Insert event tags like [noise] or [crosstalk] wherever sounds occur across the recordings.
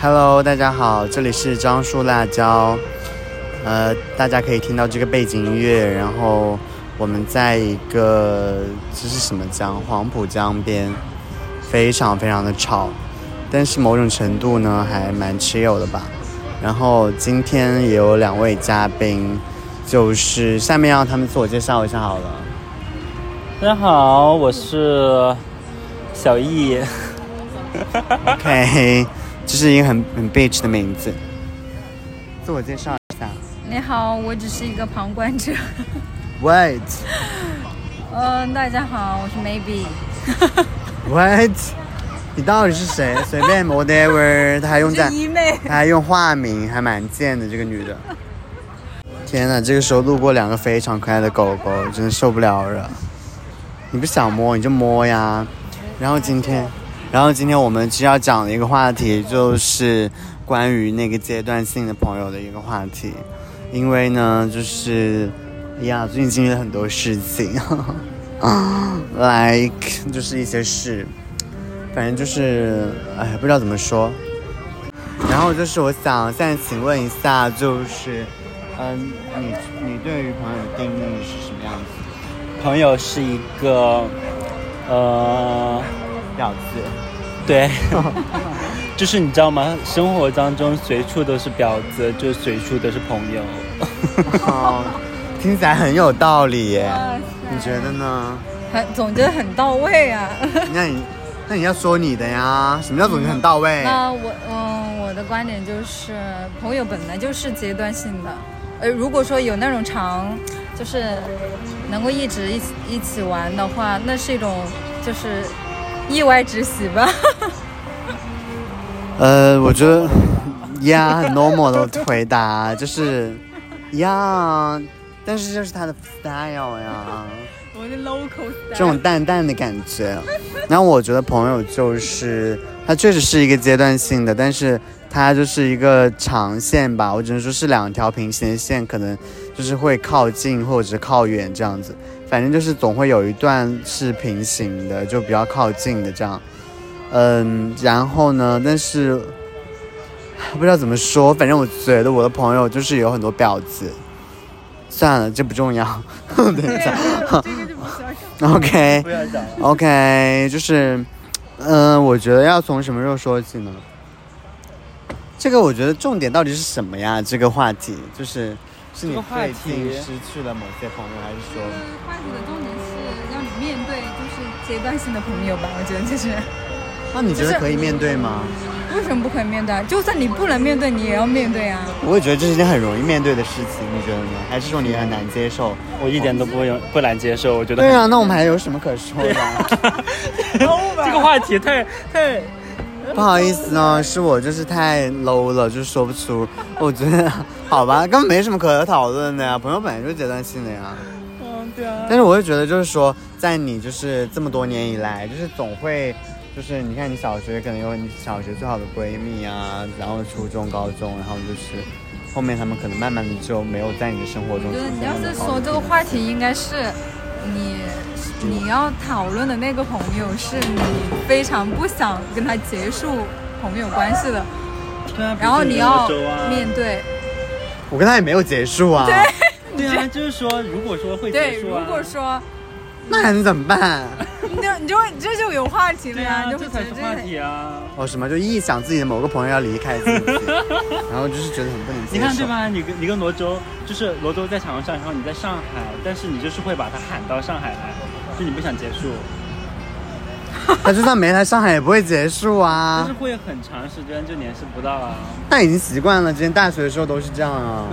Hello，大家好，这里是樟树辣椒。呃，大家可以听到这个背景音乐，然后我们在一个这是什么江？黄浦江边，非常非常的吵，但是某种程度呢，还蛮 chill 的吧。然后今天也有两位嘉宾，就是下面让他们自我介绍一下好了。大家好，我是小 E 易。 OK，这 [laughs] 是一个很很 bitch 的名字。自我介绍一下。你好，我只是一个旁观者。 [laughs] What 嗯、大家好，我是 Maybe。 What？你到底是谁？随便 whatever。他还用在是一妹。她还用化名，还蛮贱的这个女的。天呐，这个时候路过两个非常可爱的狗狗，真的受不了了。你不想摸你就摸呀。然后今天，然后今天我们其实要讲的一个话题就是关于那个阶段性的朋友的一个话题，因为呢，就是，哎呀，最近经历了很多事情 [laughs] ，like 就是一些事，反正就是，哎，不知道怎么说。然后就是我想现在请问一下，就是，嗯，你你对于朋友的定义是什么样子？朋友是一个，呃，婊 [laughs] 子，对， [laughs] 就是你知道吗？生活当中随处都是婊子，就随处都是朋友。 [laughs] 哦，听起来很有道理耶，哇你觉得呢？很总结得很到位啊。那你那你要说你的呀？什么叫总结很到位？那我嗯，我的观点就是，朋友本来就是阶段性的。呃，如果说有那种长，就是能够一直一起一起玩的话，那是一种就是意外之喜吧。呃，我觉得呀，很 normal 的回答 [laughs] 就是呀，但是这是他的 style 呀。我是 local 这种淡淡的感觉。然后我觉得朋友就是，它确实是一个阶段性的，但是它就是一个长线吧。我只能说是两条平行线，可能就是会靠近或者靠远这样子。反正就是总会有一段是平行的，就比较靠近的这样。嗯，然后呢，但是唉不知道怎么说，反正我觉得我的朋友就是有很多婊子。算了，这不重要。 [laughs] 等一下，OK。 [laughs] 不要讲了。 OK，就是，嗯、我觉得要从什么时候说起呢？这个我觉得重点到底是什么呀？这个话题就是，是你这个话最题近失去了某些朋友，还是说， [laughs] 话题的重点是让你面对就是阶段性的朋友吧，我觉得就是那、你觉就得是可以面对吗？为什么不可以面对啊？就算你不能面对，你也要面对啊。我也觉得这是一件很容易面对的事情，你觉得呢？还是说你很难接受？我一点都不容不难接受，我觉得对很啊，那我们还有什么可说的？ [laughs] 这个话题太太 [laughs] 不好意思哦，是我就是太 low 了，就是说不出。 [laughs] 我觉得好吧，根本没什么可讨论的呀，朋友本来就是阶段性的呀。嗯对啊，但是我会觉得，就是说，在你就是这么多年以来，就是总会，就是你看你小学可能有你小学最好的闺蜜啊，然后初中、高中，然后就是后面他们可能慢慢的就没有在你的生活中我出觉得现你那要么是好的说这个朋友话题，应该是你你要讨论的那个朋友是你非常不想跟他结束朋友关系的，对啊然后你要比如说啊面对。我跟他也没有结束啊， [laughs] 对啊，就是说如果说会对，结如束啊，果说那还能怎么办？你就你就这就有话题了对呀，啊你，就会这觉才得是这话题啊。哦，什么就臆想自己的某个朋友要离开自 [laughs] 己，然后就是觉得很不能接受。你看对？吧？你跟你跟罗州，就是罗州在长沙，然后你在上海，但是你就是会把他喊到上海来，就你不想结束，啊他就算没来上海也不会结束但啊是，会很长时间就联系不到啊。 [laughs] 他已经习惯了，之前大学的时候都是这样啊。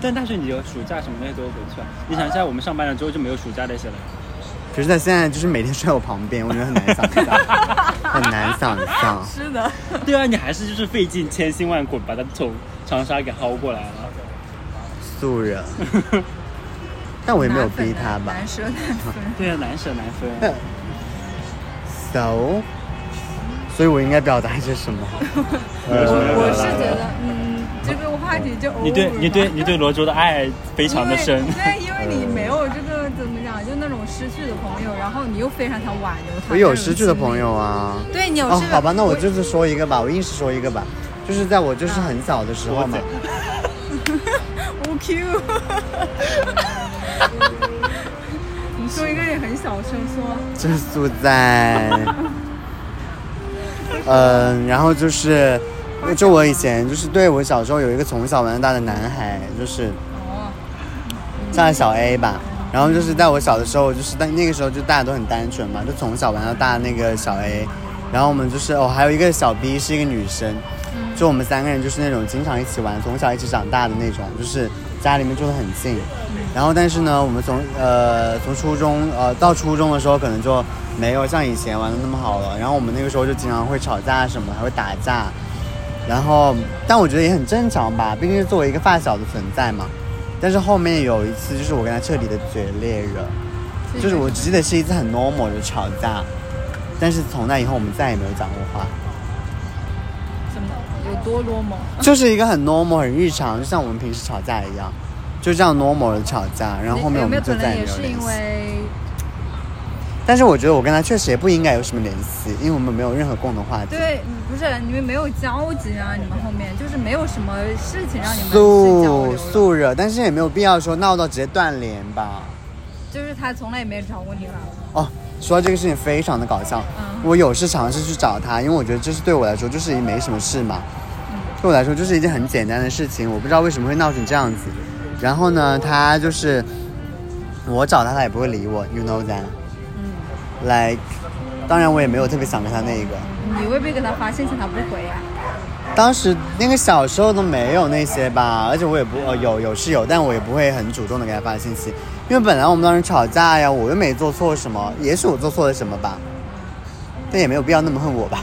但大学你有暑假什么的都回去啊。你想一下，我们上班了之后就没有暑假这些了。 [laughs] 可是他现在就是每天睡我旁边，我觉得很难想象，很难想象。是的，对啊，你还是就是费尽千辛万苦把他从长沙给薅过来了。 [laughs] 素人，但我也没有男粉逼男他吧。[laughs] 男生男粉。对啊，难舍难嗯分。 So，所以我应该表达些 [laughs] 什么？呃我是觉得，嗯，这个话题就偶尔 [laughs] 你对你对你对罗州的爱非非常的深。对，因为你没有这个怎么讲，就那种失去的朋友，然后你又非常想挽留他。我有失去的朋友。啊。对你有哦嗯失去、，好吧，那我这次说一个吧，我硬是说一个吧，就是在我就是很小的时候嘛，无 Q。你说一个也很小声说，就是住在，嗯、然后就是，就我以前就是对我小时候有一个从小玩到大的男孩，就是哦，叫小 A 吧。然后就是在我小的时候，就是但那个时候就大家都很单纯嘛，就从小玩到大那个小 A。然后我们就是哦，还有一个小 B 是一个女生，就我们三个人就是那种经常一起玩，从小一起长大的那种，就是家里面住的很近。然后但是呢，我们从呃从初中呃到初中的时候，可能就没有像以前玩的那么好了。然后我们那个时候就经常会吵架什么，还会打架。然后，但我觉得也很正常吧，毕竟是作为一个发小的存在嘛。但是后面有一次，就是我跟他彻底的决裂了，就是我只记得是一次很 normal 的吵架，但是从那以后我们再也没有讲过话，怎么有多落寞？就是一个很 normal 很日常，就像我们平时吵架一样，就这样 normal 的吵架，然后后面有我没们有可就再能也也没有是联因系。为但是我觉得我跟他确实也不应该有什么联系，因为我们没有任何共同话题。对，不是你们没有交集啊，你们后面就是没有什么事情让你们去交素流，素惹，但是也没有必要说闹到直接断联吧。就是他从来也没找过你了。哦，说到这个事情非常的搞笑。嗯我有事尝试去找他，因为我觉得这是对我来说就是一没什么事嘛，对我来说就是一件很简单的事情。我不知道为什么会闹成这样子。然后呢，他就是我找他，他也不会理我，you know that。Like，当然我也没有特别想跟他那一个。你会不会给他发信息，他不回啊呀、当时那个小时候都没有那些吧，而且我也不呃有有是有，但我也不会很主动的给他发信息，因为本来我们当时吵架呀，我又没做错什么，也许我做错了什么吧，但也没有必要那么恨我吧。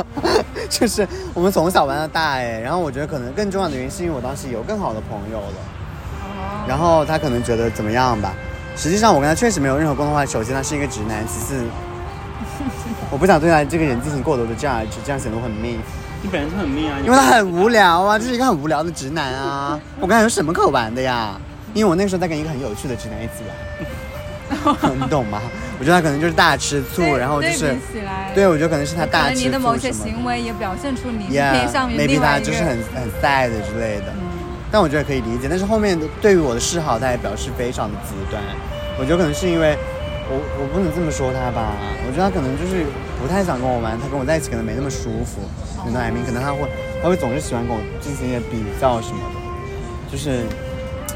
[laughs] 就是我们从小玩到大哎，然后我觉得可能更重要的原因是因为我当时有更好的朋友了，哦，然后他可能觉得怎么样吧。实际上我跟他确实没有任何共同话题，首先他是一个直男，其次我不想对他这个人进行过多的 judge，这样显得我很 mean。你本来就很命啊，你因为他很无聊啊，就是一个很无聊的直男啊。我跟他有什么可玩的呀？因为我那个时候在跟一个很有趣的直男一起 [laughs] 玩，你懂吗？我觉得他可能就是大吃醋，对然后就对是比，起来，对，我觉得可能是他可大能吃醋你的某些什么行为也表现出你是 Yeah，偏向于 maybe 另外他一就是个嗯很很 sad 之类的，但我觉得可以理解。但是后面对于我的嗜好，他也表示非常的极端。我觉得可能是因为我我不能这么说他吧，我觉得他可能就是不太想跟我玩，他跟我在一起可能没那么舒服。你懂 I mean？可能他会他会总是喜欢跟我进行一些比较什么的，就是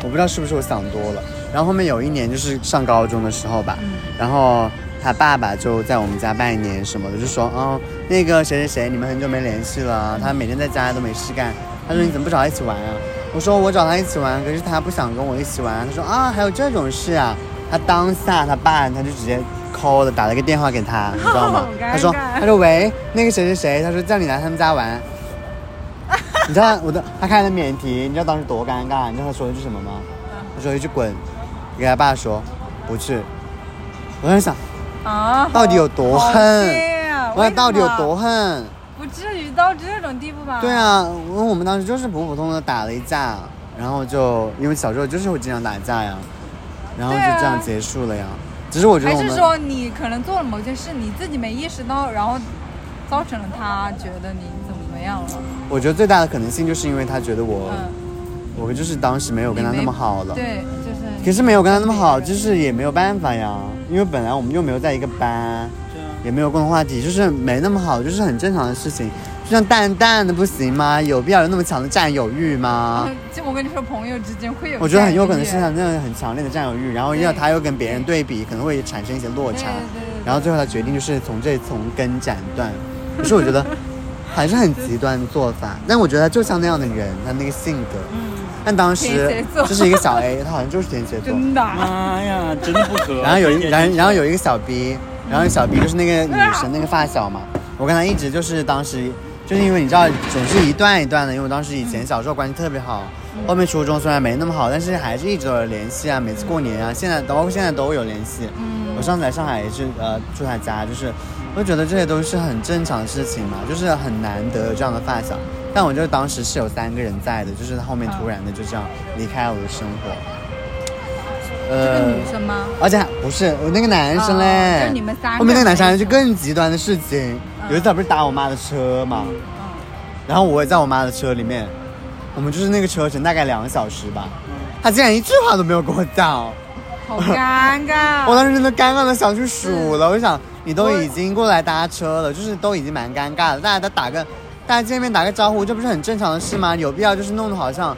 我不知道是不是我想多了。然后后面有一年就是上高中的时候吧，嗯然后他爸爸就在我们家拜年什么的，就说哦，那个谁谁谁，你们很久没联系了嗯啊，他每天在家都没事干。他说你怎么不找他一起玩啊？我说我找他一起玩，可是他不想跟我一起玩啊。他说啊，还有这种事啊？他当下他爸他就直接 call 了，打了个电话给他，你知道吗 [laughs] 好？尴尬他说他说喂，那个谁谁谁，他说叫你来他们家玩。你知道我的他开了免提，你知道当时多尴尬？你知道他说了一句什么吗？他说一句滚，给他爸说不去。我在想，啊，到底有多好恨贱啊我为想什到底有么多恨？不至于到这种地步吧？对，啊，因为我们当时就是普普通通的打了一架，然后就因为小时候就是会经常打架呀，然后就对啊这样结束了呀。只是我觉得还我是们说你可能做了某件事，你自己没意识到，然后造成了他觉得你怎么样了？我觉得最大的可能性就是因为他觉得我，嗯，我就是当时没有跟他你那没么好了。对，就是。可是没有跟他那么好，就是也没有办法呀，因为本来我们又没有在一个班，对啊也没有共同话题，就是没那么好，就是很正常的事情。就像淡淡的不行吗？有必要有那么强的占有欲 [laughs] 吗？就我跟你说，朋友之间会有这样的人，我觉得很有可能是他那种很强烈的占有欲，然后要对他又跟别人对比，可能会产生一些落差对对对，然后最后他决定就是从这从根斩断。可是我觉得还是很极端的做法，但我觉得他就像那样的人，他那个性格。但当嗯天时蝎座就是一个小 A，他好像就是天蝎座。真的啊，妈呀，真的不合。然后有一，然后然后有一个小 B，然后小 B 就是那个女生那个发小嘛，我跟她一直就是当时就是因为你知道总是一段一段的，因为我当时以前小时候关系特别好，后面初中虽然没那么好，但是还是一直都有联系啊，每次过年啊，现在包括现在都有联系。我上次来上海也是呃住她家，就是我觉得这些都是很正常的事情嘛，就是很难得有这样的发小。但我就当时是有三个人在的，就是她后面突然的就这样离开了我的生活。嗯这呃，个女生吗？而且还不是我那个男生嘞，哦就是你们三个后面那个男生还是更极端的事情，嗯有一次他不是打我妈的车嘛，嗯，然后我会在我妈的车里面，我们就是那个车程大概两个小时吧，嗯她竟然一句话都没有跟我啊讲，好尴尬。[laughs] 啊我当时真的尴尬的想去数嗯了，我就想你都已经过来搭车了，就是都已经蛮尴尬的，大家都打个大家见面打个招呼，这不是很正常的事吗？有必要就是弄得好像。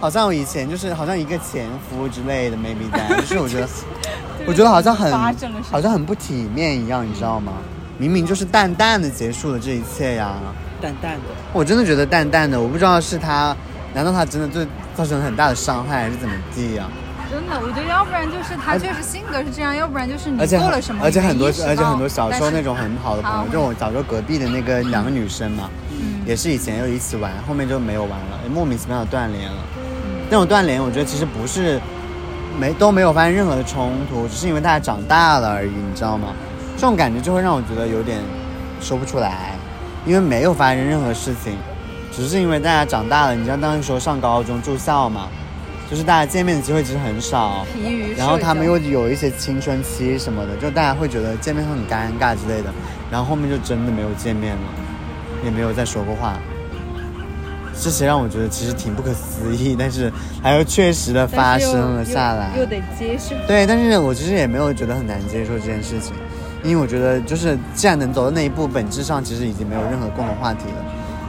好像我以前就是好像一个前夫之类的，maybe that，就是我觉得对我觉得好像很发生了什么好像很不体面一样，你知道吗？明明就是淡淡的结束了这一切呀。淡淡的，我真的觉得淡淡的，我不知道是他，难道他真的对造成很大的伤害，还是怎么地呀、真的，我觉得要不然就是他确实性格是这样，要不然就是你而且做很了什么，而且很多你没意识到而且很多小时候那，种但是很好的朋好友，就我小时候隔壁的那个两个女生嘛，嗯也是以前有一起玩，后面就没有玩了，莫名其妙的断联了。嗯那种断联，我觉得其实不是没都没有发生任何的冲突，只是因为大家长大了而已，你知道吗？这种感觉就会让我觉得有点说不出来，因为没有发生任何事情，只是因为大家长大了。你知道那时候上高中住校嘛，就是大家见面的机会其实很少，疲于社交，然后他们又有一些青春期什么的，就大家会觉得见面会很尴尬之类的，然后后面就真的没有见面了，也没有再说过话。这些让我觉得其实挺不可思议，但是还又确实的发但是又生了下来又。又得接受。 [laughs] 对，但是我其实也没有觉得很难接受这件事情，因为我觉得就是既然能走到那一步，本质上其实已经没有任何共同话题了。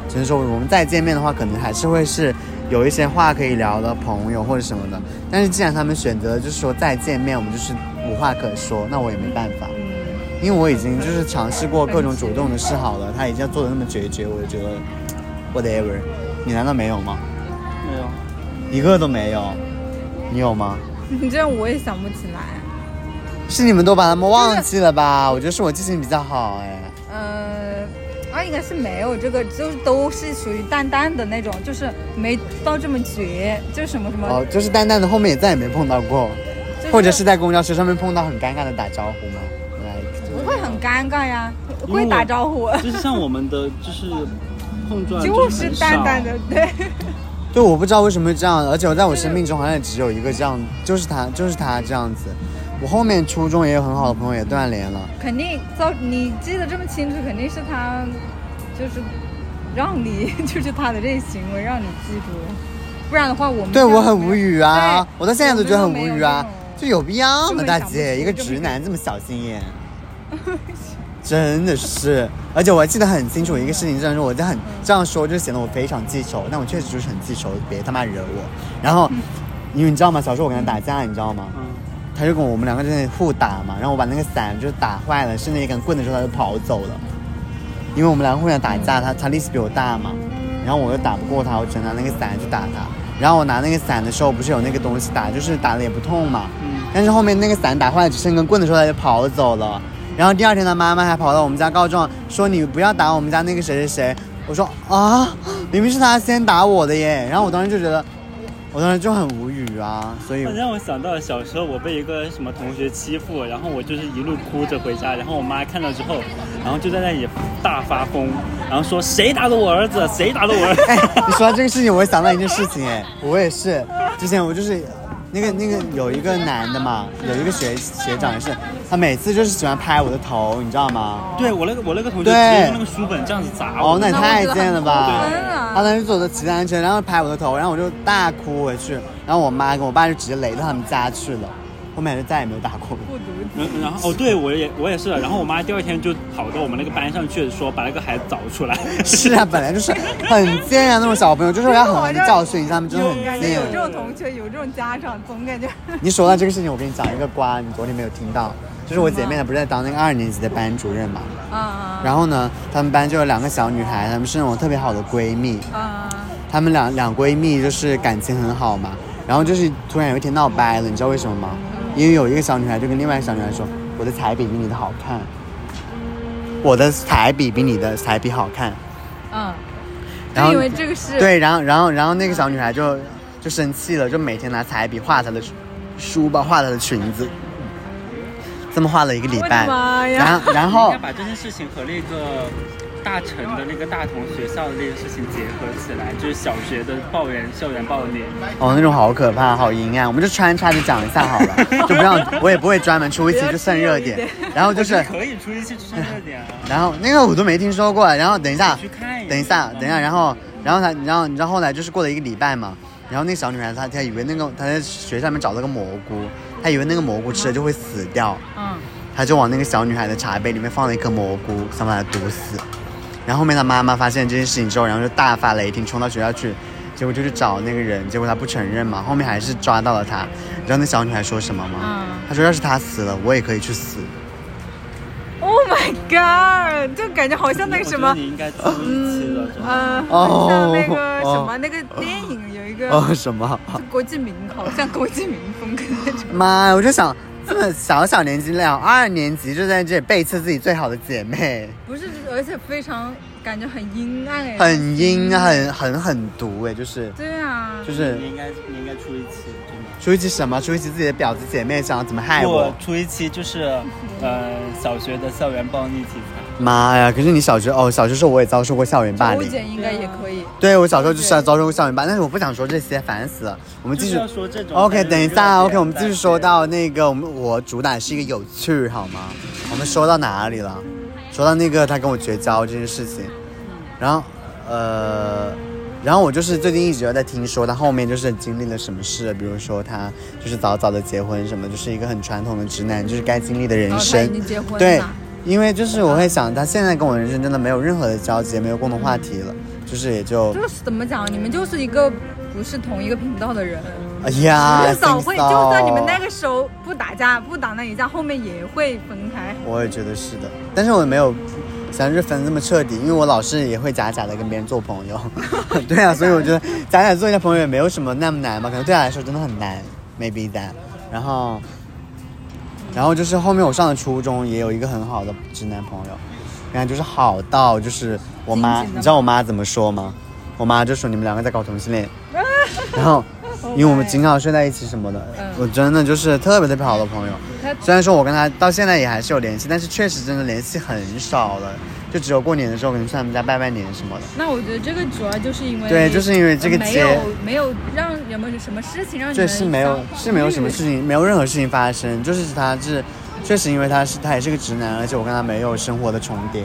只是说我们再见面的话，可能还是会是有一些话可以聊的朋友或者什么的。但是既然他们选择就是说再见面，我们就是无话可说，那我也没办法，嗯，因为我已经就是尝试过各种主动的示好了，他已经要做的那么决绝，我就觉得 whatever。你难道没有吗？没有，一个都没有，你有吗？你这样我也想不起来。是你们都把他们忘记了吧？我觉得是我记性比较好哎。呃，啊，应该是没有这个，就是都是属于淡淡的那种，就是没到这么绝，就是什么什么，哦，就是淡淡的，后面也再也没碰到过，就或者是在公交车上面碰到很尴尬的打招呼吗？来，不会很尴尬呀，因为会我打招呼， [laughs] 就是像我们的就是碰撞啊就是很淡少淡的，对，对，我不知道为什么会这样，而且我在我生命中好像也只有一个这样，就是他，就是他这样子。我后面初中也有很好的朋友也断联了，肯定造你记得这么清楚，肯定是他，就是让你 [laughs] 就是他的这个行为让你记住，不然的话我们对这样我很无没有语啊对，我到现在都觉得很无语啊，我就有必要根吗？本大想不姐，出一个这么直一男这么小心 [laughs] 眼，真的是。而且我还记得很清楚一个事情，真的是我嗯在很这样说，就显得我非常记仇。但我确实就是很记仇，别他妈惹我。然 [laughs] 后，因为你知道吗？小时候我跟他打架，你知道吗？嗯，他就跟我们两个在那里互打嘛，然后我把那个伞就是打坏了，剩那一根棍的时候他就跑走了，因为我们两个互相打架，他他力气比我大嘛，然后我又打不过他，我只能拿那个伞去打他，然后我拿那个伞的时候不是有那个东西打，就是打的也不痛嘛，嗯但是后面那个伞打坏了，只剩根棍的时候，他就跑走了。然后第二天，他妈妈还跑到我们家告状，说你不要打我们家那个谁谁谁。我说啊，明明是他先打我的耶。然后我当时就觉得，我当时就很无语啊，所以嗯，让我想到小时候我被一个什么同学欺负，然后我就是一路哭着回家，然后我妈看到之后，然后就在那里大发疯，然后说谁打的我儿子，谁打的我儿 [laughs] 子，哎，你说到这个事情，我想到一件事情，哎，我也是，之前我就是那个那个有一个男的嘛，有一个学学长也是，他每次就是喜欢拍我的头，你知道吗？对我那个我那个同学直对接用那个书本这样子砸我，哦，那也那我太觉得贱很了吧！过分啊他当时走的骑单车，然后拍我的头，然后我就大哭回去，然后我妈跟我爸就直接雷到他们家去了，后面就再也没有打过我。孤独然然后哦，对我也我也是的，然后我妈第二天就跑到我们那个班上去说把那个孩子找出 [laughs] 来，是啊，本来就是很贱啊，那种小朋友，就是要狠狠的教训一下他们，真的有很感觉贱有。这种同学，有这种家长，总感觉嗯你说到这个事情，我跟你讲一个瓜，你昨天没有听到，就是我姐妹她不是在当那个二年级的班主任嘛，啊然后呢，她们班就有两个小女孩，她们是那种特别好的闺蜜，啊，她们两两闺蜜就是感情很好嘛，然后就是突然有一天闹掰了，你知道为什么吗？因为有一个小女孩就跟另外一个小女孩说：“我的彩笔比你的好看，我的彩笔比你的彩笔好看。嗯，”然后就因为这个是对，然后然后然后那个小女孩就就生气了，就每天拿彩笔画她的书包，画她的裙子，这么画了一个礼我的拜。妈呀然后然应 [laughs] 后该把这件事情和那个大成的那个大同学校的那个事情结合起来，就是小学的抱怨、校园暴力。哦，那种好可怕，好阴暗。我们就穿插着讲一下好了，就不让我也不会专门出一期就算热点。然后哦就是，可以出一期出热点啊。然后那个我都没听说过。然后等一下你去看一，啊等一下，等一下，然后后然后他，然后你知道后来就是过了一个礼拜嘛，然后那个小女孩她她以为那个她在学校里面找了个蘑菇，她以为那个蘑菇吃了就会死掉，嗯，她就往那个小女孩的茶杯里面放了一颗蘑菇，想把她毒死。然后后面她妈妈发现这件事情之后，然后就大发雷霆，冲到学校去，结果就去找那个人，结果她不承认嘛，后面还是抓到了她。你知道那小女孩说什么吗？嗯她说要是她死了，我也可以去死。 Oh my god！就感觉好像那个什么，你应该出一期的，真的。呃，哦好像那个什么、哦那个电影有一个、哦，什么？郭敬明，好像郭敬明风格那种。妈，我就想这么小小年纪两二年级就在这里背刺自己最好的姐妹，不是，而且非常感觉很阴暗哎。很阴，啊很很很毒哎，就是对啊，就是你应该你应该出一期，真的。出一期什么，出一期自己的婊子姐妹想要怎么害我哎我，出一期就是，呃，小学的校园暴力题材。妈呀！可是你小时候哦，小时候我也遭受过校园霸周凌，简应该也可以。对我小时候就是对遭受过校园霸凌，但是我不想说这些，烦死了，我们就继 [laughs] 是续要。说这种。 OK，等一下，OK，我们啊继续说到。到那个，我们我主打是一个有趣，好吗？我们说到哪里了？说到那个他跟我绝交这件事情，然后呃，然后我就是最近一直有在听说他后面就是经历了什么事，比如说他就是早早的结婚什么，就是一个很传统的直男，就是该经历的人然后哦他生。已经结婚了。啊对，因为就是我嗯会想，他现在跟我人生真的没有任何的交集，没有共同话题了，就是也就就是怎么讲，你们就是一个不是同一个频道的人。哎呀，就是早会，心骚就算你们那个时候不打架，不打那一架，后面也会分开。我也觉得是的，但是我没有想日分那么彻底，因为我老是也会假假的跟别人做朋友。 [laughs] 对 [laughs] 啊，所以我觉得假假做一下朋友也没有什么那么难吧，可能对他来说真的很难，maybe that。然后，然后就是后面我上了初中，也有一个很好的直男朋友，然后就是好到就是我妈，紧紧的吗你知道我妈怎么说吗？我妈就说你们两个在搞同性 [laughs] 恋，然后 Oh 因为我们经常睡在一起什么的嗯，我真的就是特别特别好的朋友。他虽然说我跟他到现在也还是有联系，但是确实真的联系很少了，就只有过年的时候可能去他们家拜拜年什么的。那我觉得这个主要就是因为对就是因为这个没节有没有让有没有什么事情让你这们是没有相是没有什么遇事情，没有任何事情发生，就是他是确实因为他是他也是个直男，而且我跟他没有生活的重叠，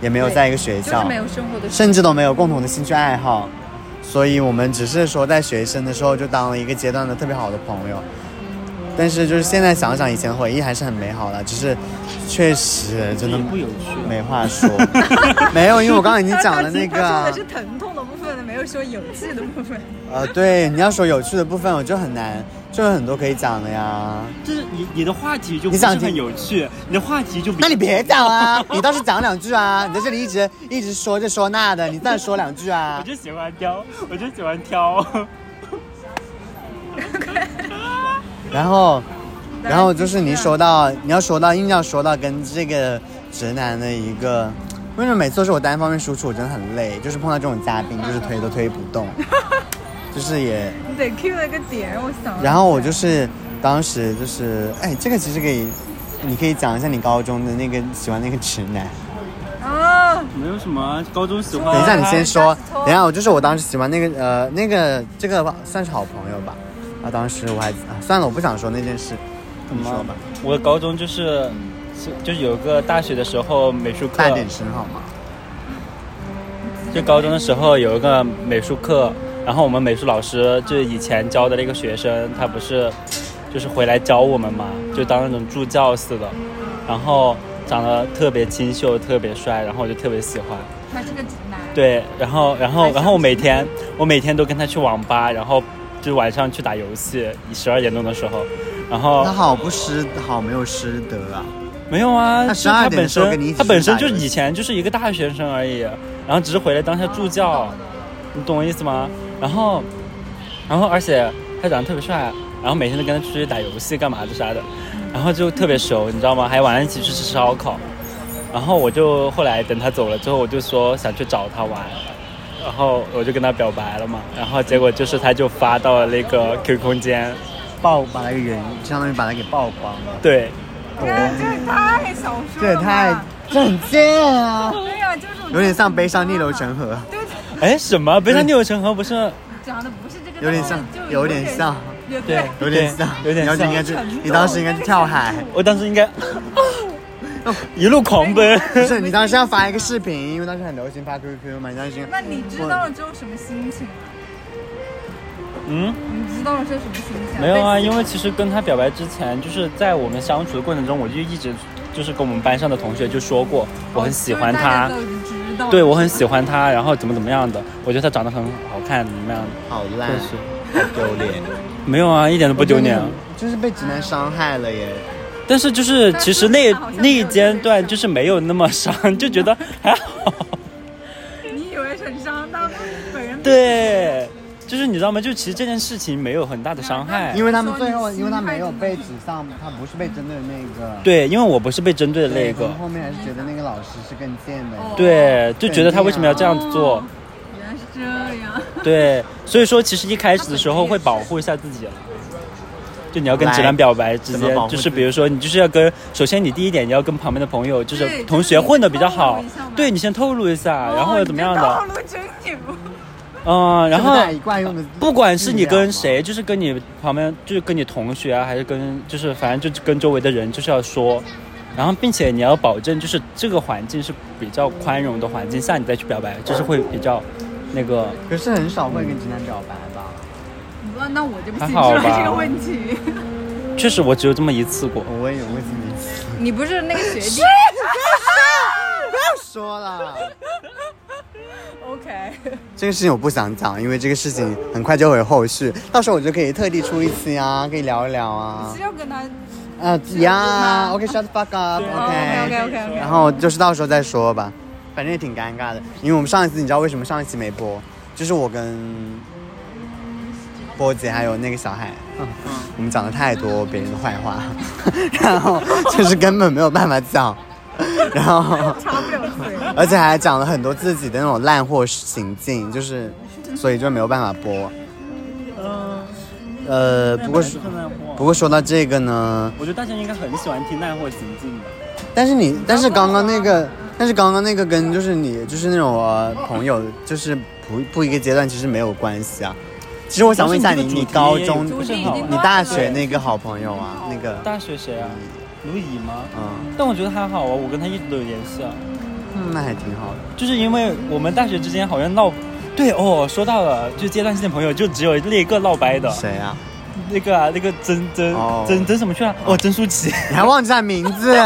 也没有对在一个学就是校，没有生活的甚至都没有共同的兴趣爱好，所以我们只是说在学生的时候就当了一个阶段的特别好的朋友。但是就是现在想想以前的回忆还是很美好的，只是确实真的不有趣啊没话 [laughs] 说，没有，因为我刚刚已经讲了那他他说个啊的是，疼痛的部分，没有说有趣的部分。呃，对，你要说有趣的部分，我就很难，就有很多可以讲的呀。就是你你的话题就你不是想很听有趣，你的话题就比那你别讲 [laughs] 啊，你倒是讲两句啊！你在这里一直一直说这说那的，你再说两句我啊！就喜欢挑，我就喜欢挑。然后，然后就是你说到，你要说到，硬要说到跟这个直男的一个，为什么每次都是我单方面输出，我真的很累。就是碰到这种嘉宾，就是推都推不动， [laughs] 就是也。你得 Q 了一个点，我想。然后我就是当时就是，哎，这个其实可以，你可以讲一下你高中的那个喜欢那个直男。啊，没有什么啊高中喜欢。等一下，你先说啊。等一下，我就是我当时喜欢那个呃那个这个吧算是好朋友吧。啊，当时我还啊算了，我不想说那件事。你说吧，我高中就是，是就是有个大学的时候美术课大，点声好吗？就高中的时候有一个美术课，然后我们美术老师就以前教的那个学生，他不是就是回来教我们嘛，就当那种助教似的，然后长得特别清秀，特别帅，然后我就特别喜欢。他是个直男。对，然后然后然后我每天我每天都跟他去网吧，然后就晚上去打游戏，十二点钟的时候，然后他好不师，好没有师德啊！没有啊，他是12点本的时候跟你一身起他去本身打就游戏以前就是一个大学生而已，然后只是回来当下助教，你懂我意思吗？然后然后而且他长得特别帅，然后每天都跟他出去打游戏干嘛的啥的，然后就特别熟，你知道吗？还晚上一起去吃烧烤，然后我就后来等他走了之后，我就说想去找他玩。然后我就跟他表白了嘛，然后结果就是他就发到了那个 QQ 空间，曝把那个人，相当于把他给曝光了。对，哎这这也太小说了。这也太，这很贱啊！对呀，就是有点像悲伤逆流成河，对对，哎，什么？悲伤逆流成河不是？讲的不是这个，有点像就有点像，有对对，有点像，有点你要像是应该去，你当时应该去跳海，我当时呃应该哦一路狂 [laughs] 奔。不是，你当时要发一个视频，因为当时很流行发 QQ 嘛，你当时应该那你知道了之后什么心情啊？嗯，你知道了是什么心情？没有啊，被因为其实跟他表白之前，就是在我们相处的过程中，我就一直就是跟我们班上的同学就说过，我很喜欢他哦，就是大家都知道对我很喜欢他，然后怎么怎么样的，我觉得他长得很好看，怎么样的，好烂，但是好丢脸，没有啊，一点都不丢脸啊。就是被直男伤害了耶。但是就是其实那但是好像那没有一阶段就是没有那么伤，就觉得还 [laughs] 好。你以为很伤，但本人对，就是你知道吗？就其实这件事情没有很大的伤害，因为他们最后，因为他没有被指上，他不是被针对的那个。对，因为我不是被针对的那对，一个我们，后面还是觉得那个老师是更贱的。哦对，就觉得他为什么要这样子做哦？原来是这样，对，所以说其实一开始的时候会保护一下自己了。就你要跟直男表白，直怎么接保护就自己是比如说你就是要跟，首先你第一点你要跟旁边的朋友就是对同就是学你混的比较透露好一下嘛，对你先透露一下，啊然后又怎么样哦的，你这套路 [laughs] 真牛，嗯，然这不后大一贯用的，不管是你跟谁，，就是跟你旁边，就是跟你同学啊，还是跟就是反正就跟周围的人，就是要说，然后并且你要保证，就是这个环境是比较宽容的环境下，你再去表白，就是会比较那个可是很少会跟直男表白吧？那那我就不还清好楚了吧这个问题。确实我只有这么一次过，我也有问你，你不是那个学弟不要说了， ？OK，这个事情我不想讲，因为这个事情很快就会有后续，到时候我就可以特地出一期啊，可以聊一聊啊是。要跟他啊呀，OK，shut the fuck up，OK。 OK OK 然后就是到时候再说吧，反正也挺尴尬的，因为我们上一次你知道为什么上一期没播，就是我跟波姐还有那个小海，嗯我们讲了太多别人的坏话， [laughs] 然后就是根本没有办法讲， [laughs] 然后插不了嘴。而且还讲了很多自己的那种烂货行径，就是所以就没有办法播。呃，不过说不过说到这个呢，我觉得大家应该很喜欢听烂货行径吧，但是你，但是刚刚那个，但是刚刚那个跟就是你就是那种、呃、朋友，就是不不一个阶段，其实没有关系啊。其实我想问一下你，但是你你这个主题高也中、不是主题很已好经你玩到大学那个好朋友啊，那个，大学谁啊？卢乙吗？嗯，但我觉得还好啊，我跟他一直都有联系啊。嗯那还挺好的。就是因为我们大学之间好像闹，对哦，说到了，就阶段性的朋友就只有那一个闹掰的，谁啊？那个啊，那个曾曾哦曾曾什么去了？哦，曾 [laughs] 舒淇你还忘记他名字？ [laughs]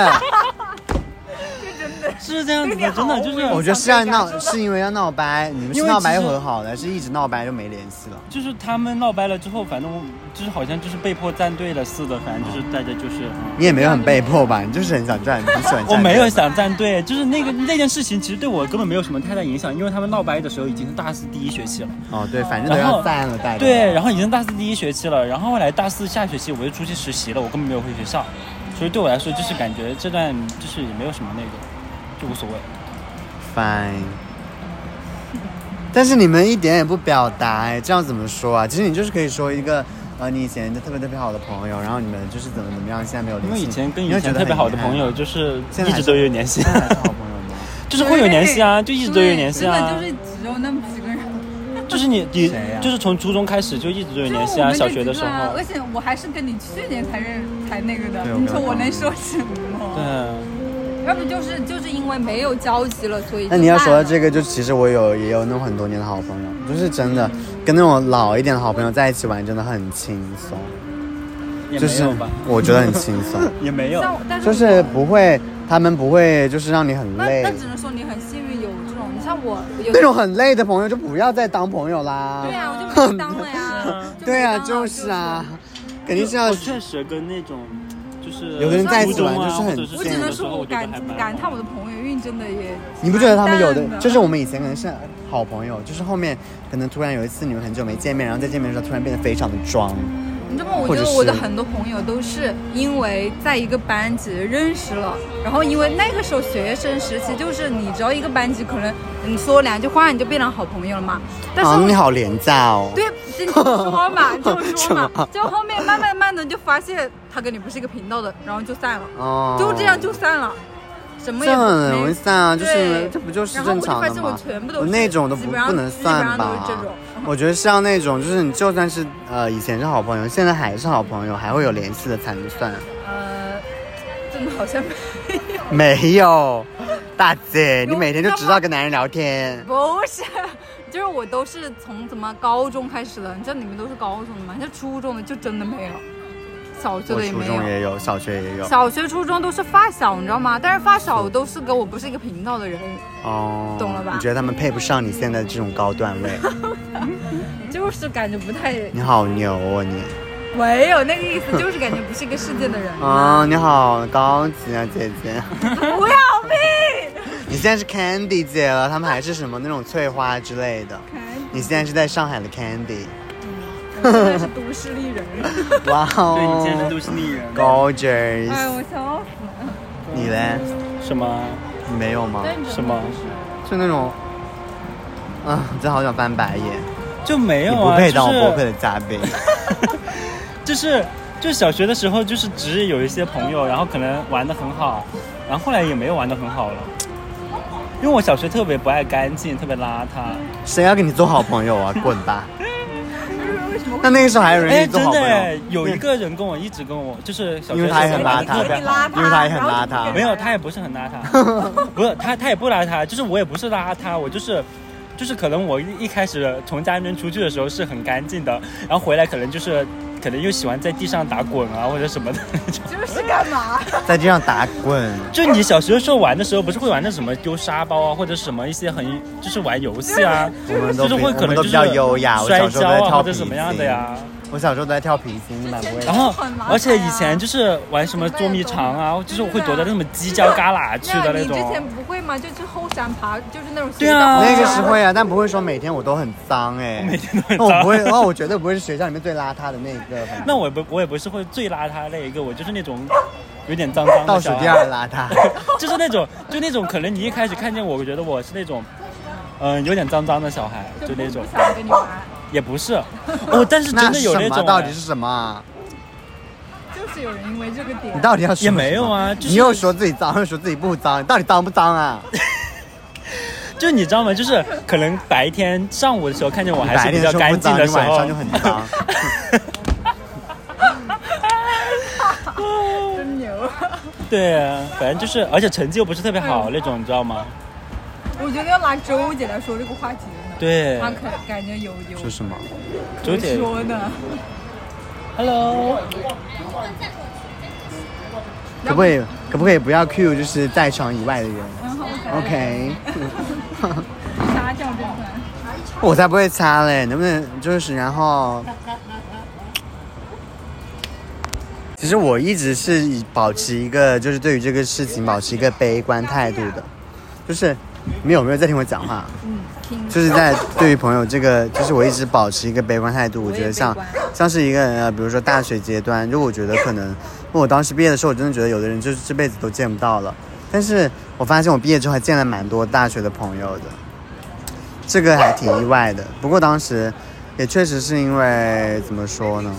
是这样子的，对你真的好就是我无聊觉得是要 [laughs] 我闹，想是因为要闹掰，你们因是为闹掰就其实和好了，是一直闹掰就没联系了。就是他们闹掰了之后，反正我就是好像就是被迫站队了似的，反正就是大家就是。你也没有很被迫吧？你就是很想赚，你喜欢赚。我没有想站队，就是那个那件事情，其实对我根本没有什么太大影响，因为他们闹掰的时候已经是大四第一学期了，哦，对，反正都要散了，带着对，然后已经大四第一学期了，然后后来大四下学期我就出去实习了，我根本没有回学校，所以对我来说就是感觉这段就是也没有什么那个，就无所谓。 fine。但是你们一点也不表达，哎，这样怎么说啊？其实你就是可以说一个，呃，你以前的特别特别好的朋友，然后你们就是怎么怎么样，现在没有联因系。为以前跟以你会前觉得特别很好的遗憾朋，友就是现在一还直是都有联 [laughs] 系现，在还是好朋友吗？就是会有联系啊，就一直都有联系根啊本就，是只有那么几个人。就是你你谁啊呀就是从初中开始就一直都有就联系我啊，们小这学几的个时啊候而，且我还是跟你去年才认才那个的对，我你没有说我看能到说什么？对，要不就是就是因为没有交集了，所以那你要说到这个，个，就其实我有也有那种很多年的好朋友，就是真的跟那种老一点的好朋友在一起玩，真的很轻松，也就没是有吧，我觉得很轻松， [laughs] 也没有，。像我但是就我是不会，他们不会就是让你很那累那，只能说你很幸运有这种，你像我有那种很累的朋友就不要再当朋友啦。对呀、啊，我就没当了呀 [laughs] 就没对啊，当了就是啊。，肯肯定是要我确实跟那种就是有的人在一起玩初中啊就是很这或者我样的小只能学的时说候我我觉得感还蛮感叹我的朋友运真的也，你不觉得他们有蛮淡啊的，的就是我们以前可能是好朋友，就是后面可能突然有一次你们很久没见面，然后再见面的时候突然变得非常的装。你知道吗？我或觉者得我的是很多朋友都是因为在一个班级认识了，然后因为那个时候学生时期，就是你只要一个班级，可能你说两句话你就变成好朋友了嘛。但是啊我、，你好廉价哦。对，你就说 [laughs] 嘛，就说什么嘛，就后面慢慢慢的就发现他跟你不是一个频道的，然后就散了，哦，就这样就散了。什么这也不很容没易散啊，就是对这不就是然后我正就常发的现我吗？全部都我是那种都基不本上不能基本算上都吧是这种。 [laughs] 我觉得像那种，就是你就算是呃以前是好朋友，现在还是好朋友，还会有联系的才能算。呃，真的好像没有。没有，大姐，你有每天就那知么道跟男人聊天。不是，就是我都是从怎么高中开始的，你知道你们都是高中的吗？像初中的就真的没有，小学我的也初没中有。也有，小学也有。小学、初中都是发小，你知道吗？但是发小都是跟我不是一个频道的人，哦，懂了吧你觉得他们配不上你现在这种高段 [laughs] 位？就是感觉不太你好牛啊你！没有那个意 [laughs] 思，就是感觉不是一个世界的人。啊、你好高级啊，姐姐！不要命！ [laughs] 你现在是 Candy 姐了，他们还是什么那种翠花之类的。你现在是在上海的 [laughs] Candy，哎我真的是都市丽人，哇哦！对你现在是都市丽人。啊哎， Gorgeous，我笑死了。你嘞？什么？啊你没有吗？但什么就那种，啊，真好想翻白眼。就没有你不啊，配当我就是播客的嘉宾。就是就小学的时候，就是只有一些朋友，然后可能玩的很好，然后后来也没有玩的很好了，因为我小学特别不爱干净，特别邋遢。谁要跟你做好朋友啊？滚 [laughs] 吧！为什么那那个时候还有人跟哎，你做真好的朋哎友，，有一个人跟我一直跟我，就是小因学为的时他也候哎很邋遢特别好邋遢因为他也很邋然后遢。就没有，他也不是很邋遢， [laughs] 不是他他也不邋遢，就是我也不是邋遢，我就是。就是可能我一一开始从家里面出去的时候是很干净的，然后回来可能就是可能又喜欢在地上打滚啊或者什么的那种。就是干嘛？在地上打滚，就你小学的时候玩的时候，不是会玩那什么丢沙包啊，或者什么一些很就是玩游戏啊，我们都就是比会我可们能都就比是较优雅。我摔小时候跤都在啊跳皮或者筋什么样的呀。我小时候都在跳皮筋，满不会然后很麻烦啊，而且以前就是玩什么捉迷藏啊，就是我会躲到那么犄角旮旯去的那那啊你之前种。不会吗？就去后山爬，就是那种对啊那个时是候会啊，但不会说每天我都很脏哎、每天都很那我不脏。 [laughs] 会，哦那我绝对不会是学校里面最邋遢的那个。反正那我也不我也不是会最邋遢那一个，我就是那种有点脏脏倒的数小第孩二邋遢， [laughs] 就是那种就那种可能你一开始看见我，我觉得我是那种嗯、有点脏脏的小孩，就那种不想跟你玩，也不是哦，但是那真的有什么种到哎底是什么啊？就是有人因为这个点你到底要说也没有什么？啊，就是你又说自己脏，又说自己不脏，你到底脏不脏啊？就你知道吗？就是可能白天上午的时候看见我还白是比天较说不干净脏，的你时晚候上，就很脏。 [laughs] 真牛。 [laughs] 对啊，反正就是，而且成绩又不是特别好那种，你知道吗？我觉得要拿周姐来说这个话题呢，对，她可感觉有有说什么？周可姐说的。 ，Hello，可不可以可不可以不要 Q 就是在场以外的人然后？OK，杀掉这段， [laughs] 我才不会擦嘞，能不能就是然后？其实我一直是以保持一个就是对于这个事情保持一个悲观态度的，就是你们有没有在听我讲话？嗯，听就是在对于朋友这个，就是我一直保持一个悲观态度。我也觉得像悲观像是一个人，呃，比如说大学阶段，就我觉得可能，因为我当时毕业的时候，我真的觉得有的人就是这辈子都见不到了。但是我发现我毕业之后还见了蛮多大学的朋友的，这个还挺意外的。不过当时也确实是因为怎么说呢？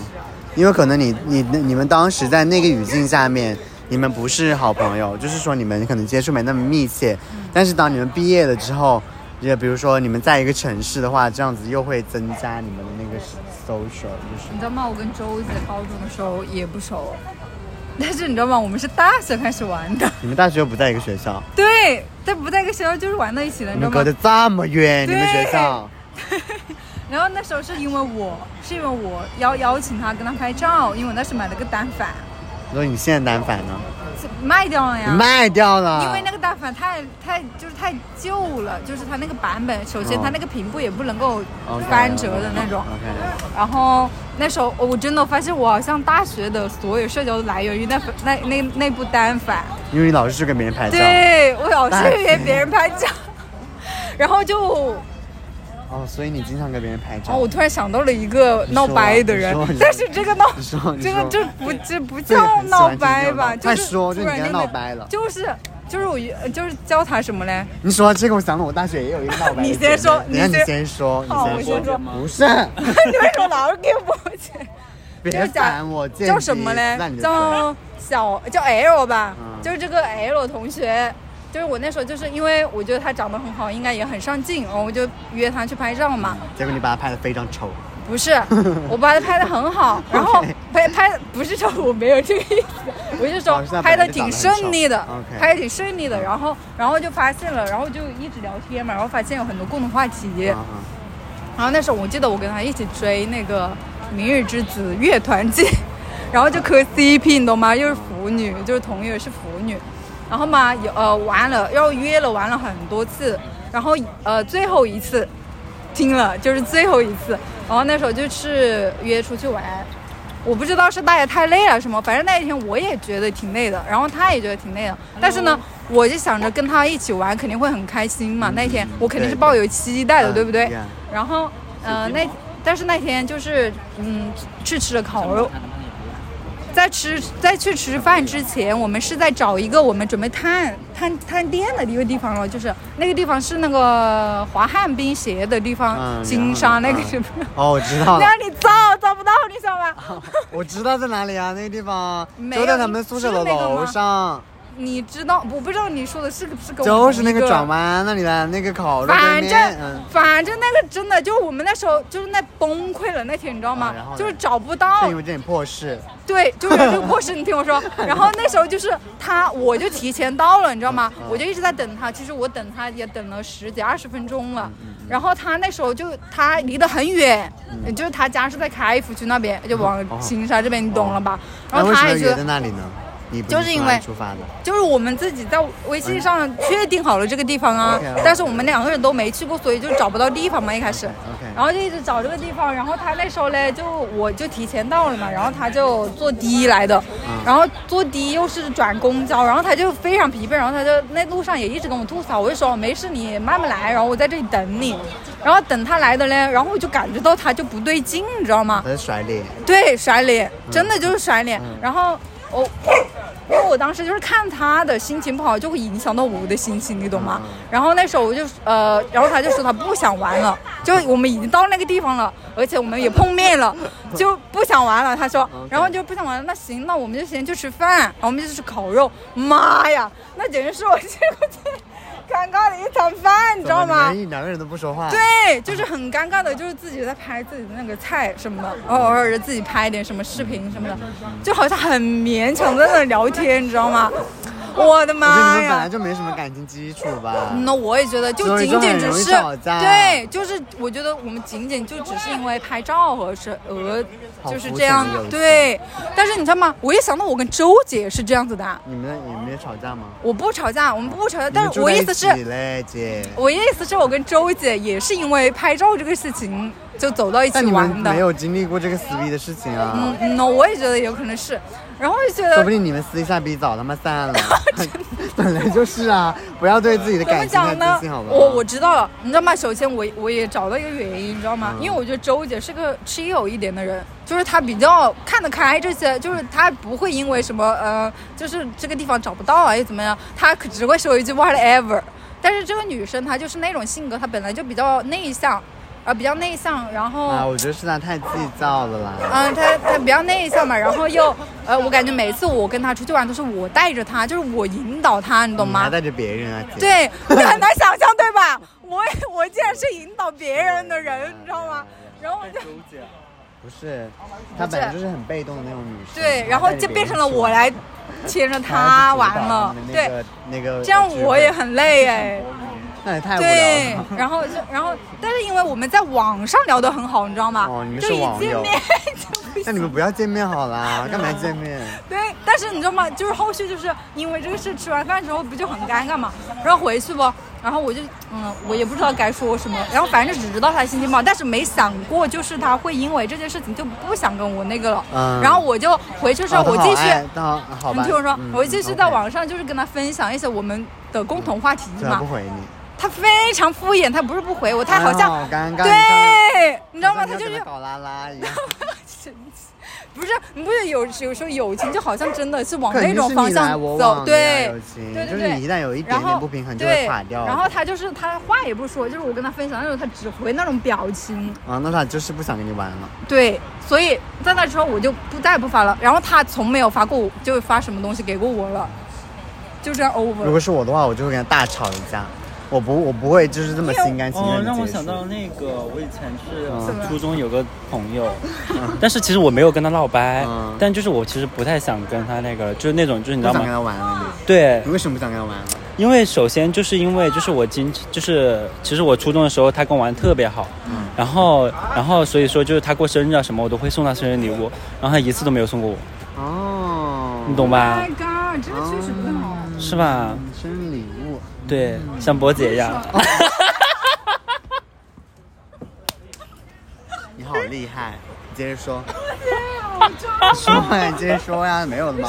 因为可能你你你们当时在那个语境下面，你们不是好朋友，就是说你们可能接触没那么密切。但是当你们毕业了之后，也比如说你们在一个城市的话，这样子又会增加你们的那个 social，就是你知道吗？我跟周姐高中的时候也不熟， [laughs] 但是你知道吗？我们是大学开始玩的， [laughs] 你们大学又不在一个学校，对，但不在一个学校，就是玩到一起了，你你知们道隔吗得？这么远，你对们学校然后那时候是因为我是因为我邀邀请他跟他拍照，因为我那时买了个单反，所以你现在单反呢？卖掉了你呀。卖掉了，因为那个单反太太就是太旧了，就是它那个版本，首先哦它那个屏幕也不能够 OK，翻折的那种。 OK，然后那时候哦我真的发现，我好像大学的所有社交都来源于那份那那那部单反。因为你老是去跟别人拍照。对我老是哎给别人拍 [laughs] 照，然后就哦，所以你经常跟别人拍照。哦，我突然想到了一个闹掰的人你说你说，但是这个闹你说，你这个说这不这不这个叫很喜闹欢听掰这种吧？闹就是快说就突你然家间闹的掰了就是就是我就是教他什么嘞？你说这个，我想到我大学也有一个 [laughs] 闹掰的姐妹。你先说等一下你你先先说，你好先我说。先说不是，你为什么老是给我钱？别烦我。间叫谍什么嘞那你？就说叫小叫 L 吧嗯，就是这个 L 同学，就是我那时候就是因为我觉得他长得很好，应该也很上镜哦，我就约他去拍照嘛。结果你把他拍的非常丑，不 [laughs] 是，我把他拍的很好，然后 OK 拍拍不是说我没有这个意思，我就说哦是他拍本的来挺顺利的就长得很，丑拍的挺顺利的，然后然后就发现了，然后就一直聊天嘛，然后发现有很多共同话题，啊啊然后那时候我记得我跟他一起追那个《明日之子》乐团季， [laughs] 然后就磕 CP，你懂吗？又是腐女，就是同也是腐女，然后嘛有呃玩了，然后约了玩了很多次，然后呃最后一次听了就是最后一次，然后那时候就是约出去玩。我不知道是大家太累了什么，反正那一天我也觉得挺累的，然后他也觉得挺累的。但是呢，我就想着跟他一起玩肯定会很开心嘛。那天我肯定是对抱有期待的，对不对？嗯 Yeah 然后，呃，那但是那天就是，嗯，去吃了烤肉，在吃在去吃饭之前，我们是在找一个我们准备探探探店的一个地方了，就是那个地方是那个华汉冰鞋的地方，嗯金沙啊那然后个是不是？哦，我知道了 [laughs] 那，里找找不到，你知道吗？ [laughs] 我知道在哪里啊，那个地方没有就在他们宿舍的是那个吗楼上，你知道，我不知道你说的是不是跟 [laughs] 我就是那同一个个转弯那里的那个烤肉对反面，正嗯，反正那个真的就是我们那时候就是那崩溃了那天，你知道啊吗然后？呢就是找不到是因为这点破事，对，就是这个故事，你听我 [laughs] 说。然后那时候就是他，我就提前到了，你知道吗？嗯我就一直在等他。其实我等他也等了十几二十分钟了。嗯然后他那时候就他离得很远，就是他家是在开福区那边，就往嗯哦青沙这边，你懂了吧？然那后为什他么也觉约得在。那里呢？你不就是从因哪里为出发的，就是我们自己在微信上确定好了这个地方啊 OK，OK 但是我们两个人都没去过，所以就找不到地方嘛一开始 OK，OK，然后就一直找这个地方，然后他那时候嘞就我就提前到了嘛，然后他就坐的来的，然后坐的又是转公交，然后他就非常疲惫，然后他就那路上也一直跟我吐槽，我就说没事你慢慢来，然后我在这里等你，然后等他来的嘞，然后我就感觉到他就不对劲，你知道吗他？在甩脸，对，甩脸，嗯真的就是甩脸。然后我、因为我当时就是看他的心情不好，就会影响到我的心情，你懂嗯吗？然后那时候我就呃，然后他就说他不想玩了，就我们已经到那个地方了，而且我们也碰 [laughs] 面了，就不想玩了。他说，然后就不想玩了，那行，那我们就先去吃饭，然后我们就去吃烤肉。妈呀，那简直是我见过最尴尬的一餐饭，你知道吗？怎么你们两个人都不说话，对，就是很尴尬的，就是自己在拍自己的那个菜什么的，偶尔就自己拍一点什么视频什么的，就好像很勉强在那聊天，你知道吗？我的哦我觉得你妈们本来哎呀！就没什么感情基础吧？那我也觉得，就所以仅就仅很只容易啊是吵架对，就是我觉得我们仅仅就只是因为拍照和是呃，好就是肤这样浅的友情对。但是你知道吗？我一想到我跟周姐是这样子的，你们你们也吵架吗？我不吵架，我们不吵架，你但们是住我在意一思是，起嘞，姐。我意思是我跟周姐也是因为拍照这个事情就走到一但起你们玩的。没有经历过这个撕逼的事情啊嗯，，嗯，那我也觉得有可能是，然后我就觉说得不定你们撕一下逼早他妈散 [laughs] 了。 [laughs] 本来就是啊，不要对自己的怎么感情太讲呢自信，好？吧？我我知道了，你知道吗？首先我我也找到一个原因，你知道啊吗？嗯因为我觉得周姐是个 chill 一点的人，就是她比较看得开这些，就是她不会因为什么呃，就是这个地方找不到啊又怎么样，她可只会说一句 whatever。但是这个女生她就是那种性格，她本来就比较内向，呃，比较内向，然后啊，我觉得是他太计较了啦。嗯，他他比较内向嘛，然后又呃，我感觉每次我跟他出去玩都是我带着他，就是我引导他，你懂你还吗？带着别人啊，姐。对，你很难想象，对吧？我我竟然是引导别人的人，你知道吗？然后我就不是，她本来就是很被动的那种女生。啊对，然后就变成了我来牵着他玩了，对，，那个这样我也很累哎。那也太无对聊了，。然后就然后，但是因为我们在网上聊得很好，你知道吗？哦你们就是一网见友面 [laughs] 就不那你们不要见面好 [laughs] 啦，干嘛见面？对，但是你知道吗？就是后续就是因为这个事，吃完饭之后不就很尴尬嘛？然后回去不，然后我就嗯，我也不知道该说什么，然后反正只知道他心情不好，但是没想过就是他会因为这件事情就不想跟我那个了。嗯然后我就回去之后，哦我继续，，那好爱好你吧。听我说，嗯我继续在。嗯网上就是跟他分享一些我们的共同话题 OK 怎么嘛不。回你？他非常敷衍，他不是不回我，他好像、啊好尴尬。对，你你知道吗？好像他就跟是搞拉拉一样，不是，你不是有有时候友情就 [laughs] 好像真的是往肯那定种是方你来向我走，往的呀对友，情对对就是对你一旦有一点然点后不平衡就会对垮掉，的。然后他就是他话也不说，就是我跟他分享那种，他只回那种表情，啊，那他就是不想跟你玩了。对，所以在那之后我就不再也不发了。然后他从没有发过我，就是发什么东西给过我了。就这样如 over。果是我的话，我就会跟他大吵一架。我不，我不会就是这么心甘情哦，愿的让我结束。想到那个，我以前怎是么了初中有个朋友， [laughs] 但是其实我没有跟他闹掰嗯，但就是我其实不太想跟他那个，就是那种就是你不知道想跟吗？他玩了你，对，你为什么不想跟他玩了？因为首先就是因为就是我经就是其实我初中的时候他跟我玩得特别好，嗯然后然后所以说就是他过生日啊什么我都会送他生日礼物，然后他一次都没有送过我，哦，你懂吧 Oh My？God，这个确实不太好。嗯是吧？生日礼物，对，像波姐一样，啊你好厉害！你接着 [laughs] 说。说呀，你接着说呀，没有的吗？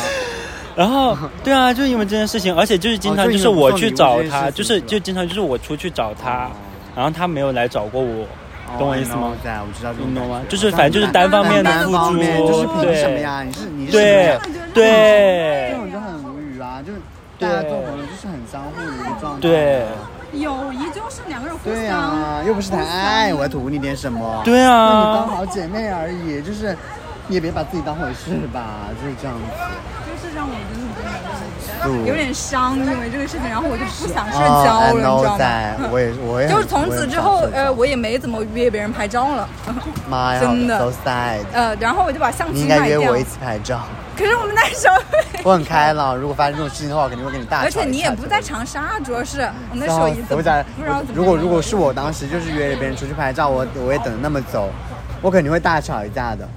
然后对啊，就是因为这件事情，而且就是经哦常就就是因为我送礼去物这找件他，事就情是是吧就经常就是我出去找他，然后他没有来找过我， [laughs] 懂我意思吗哦？在，我知道这种你感懂吗觉就是反正就是单方面的单方面付出就是凭什么呀？你是你是对什么呀对这种就很无语啊，就是大家对做朋友就是很相互的一个状态。对友谊就是两个人互对啊呀、相又不是谈爱，我还图你点什么？对那你当 [laughs] 啊，好姐妹而已，就是你也别把自己当回事吧，就是这样子。就是让我真对的有点伤，因为这个事情，然后我就不想社哦交了， ，I 你知 know 道吗？ that，我也我也很 [laughs] 就是从此之后，呃，我我也没怎么约别人拍照了， [laughs] 也很妈呀真的，so sad。呃，然后我就把相你机应该卖约掉我一。起拍照，可是我们那时候，我很开朗。如果发生这种事情的话，我肯定会跟你大吵而一架。且你也不在长沙，啊主要是我们那时候笑一死我怎么想不知道怎么。如果如果是我当时就是约着别人出去拍照，我我也等得那么久，我肯定会大吵一架的。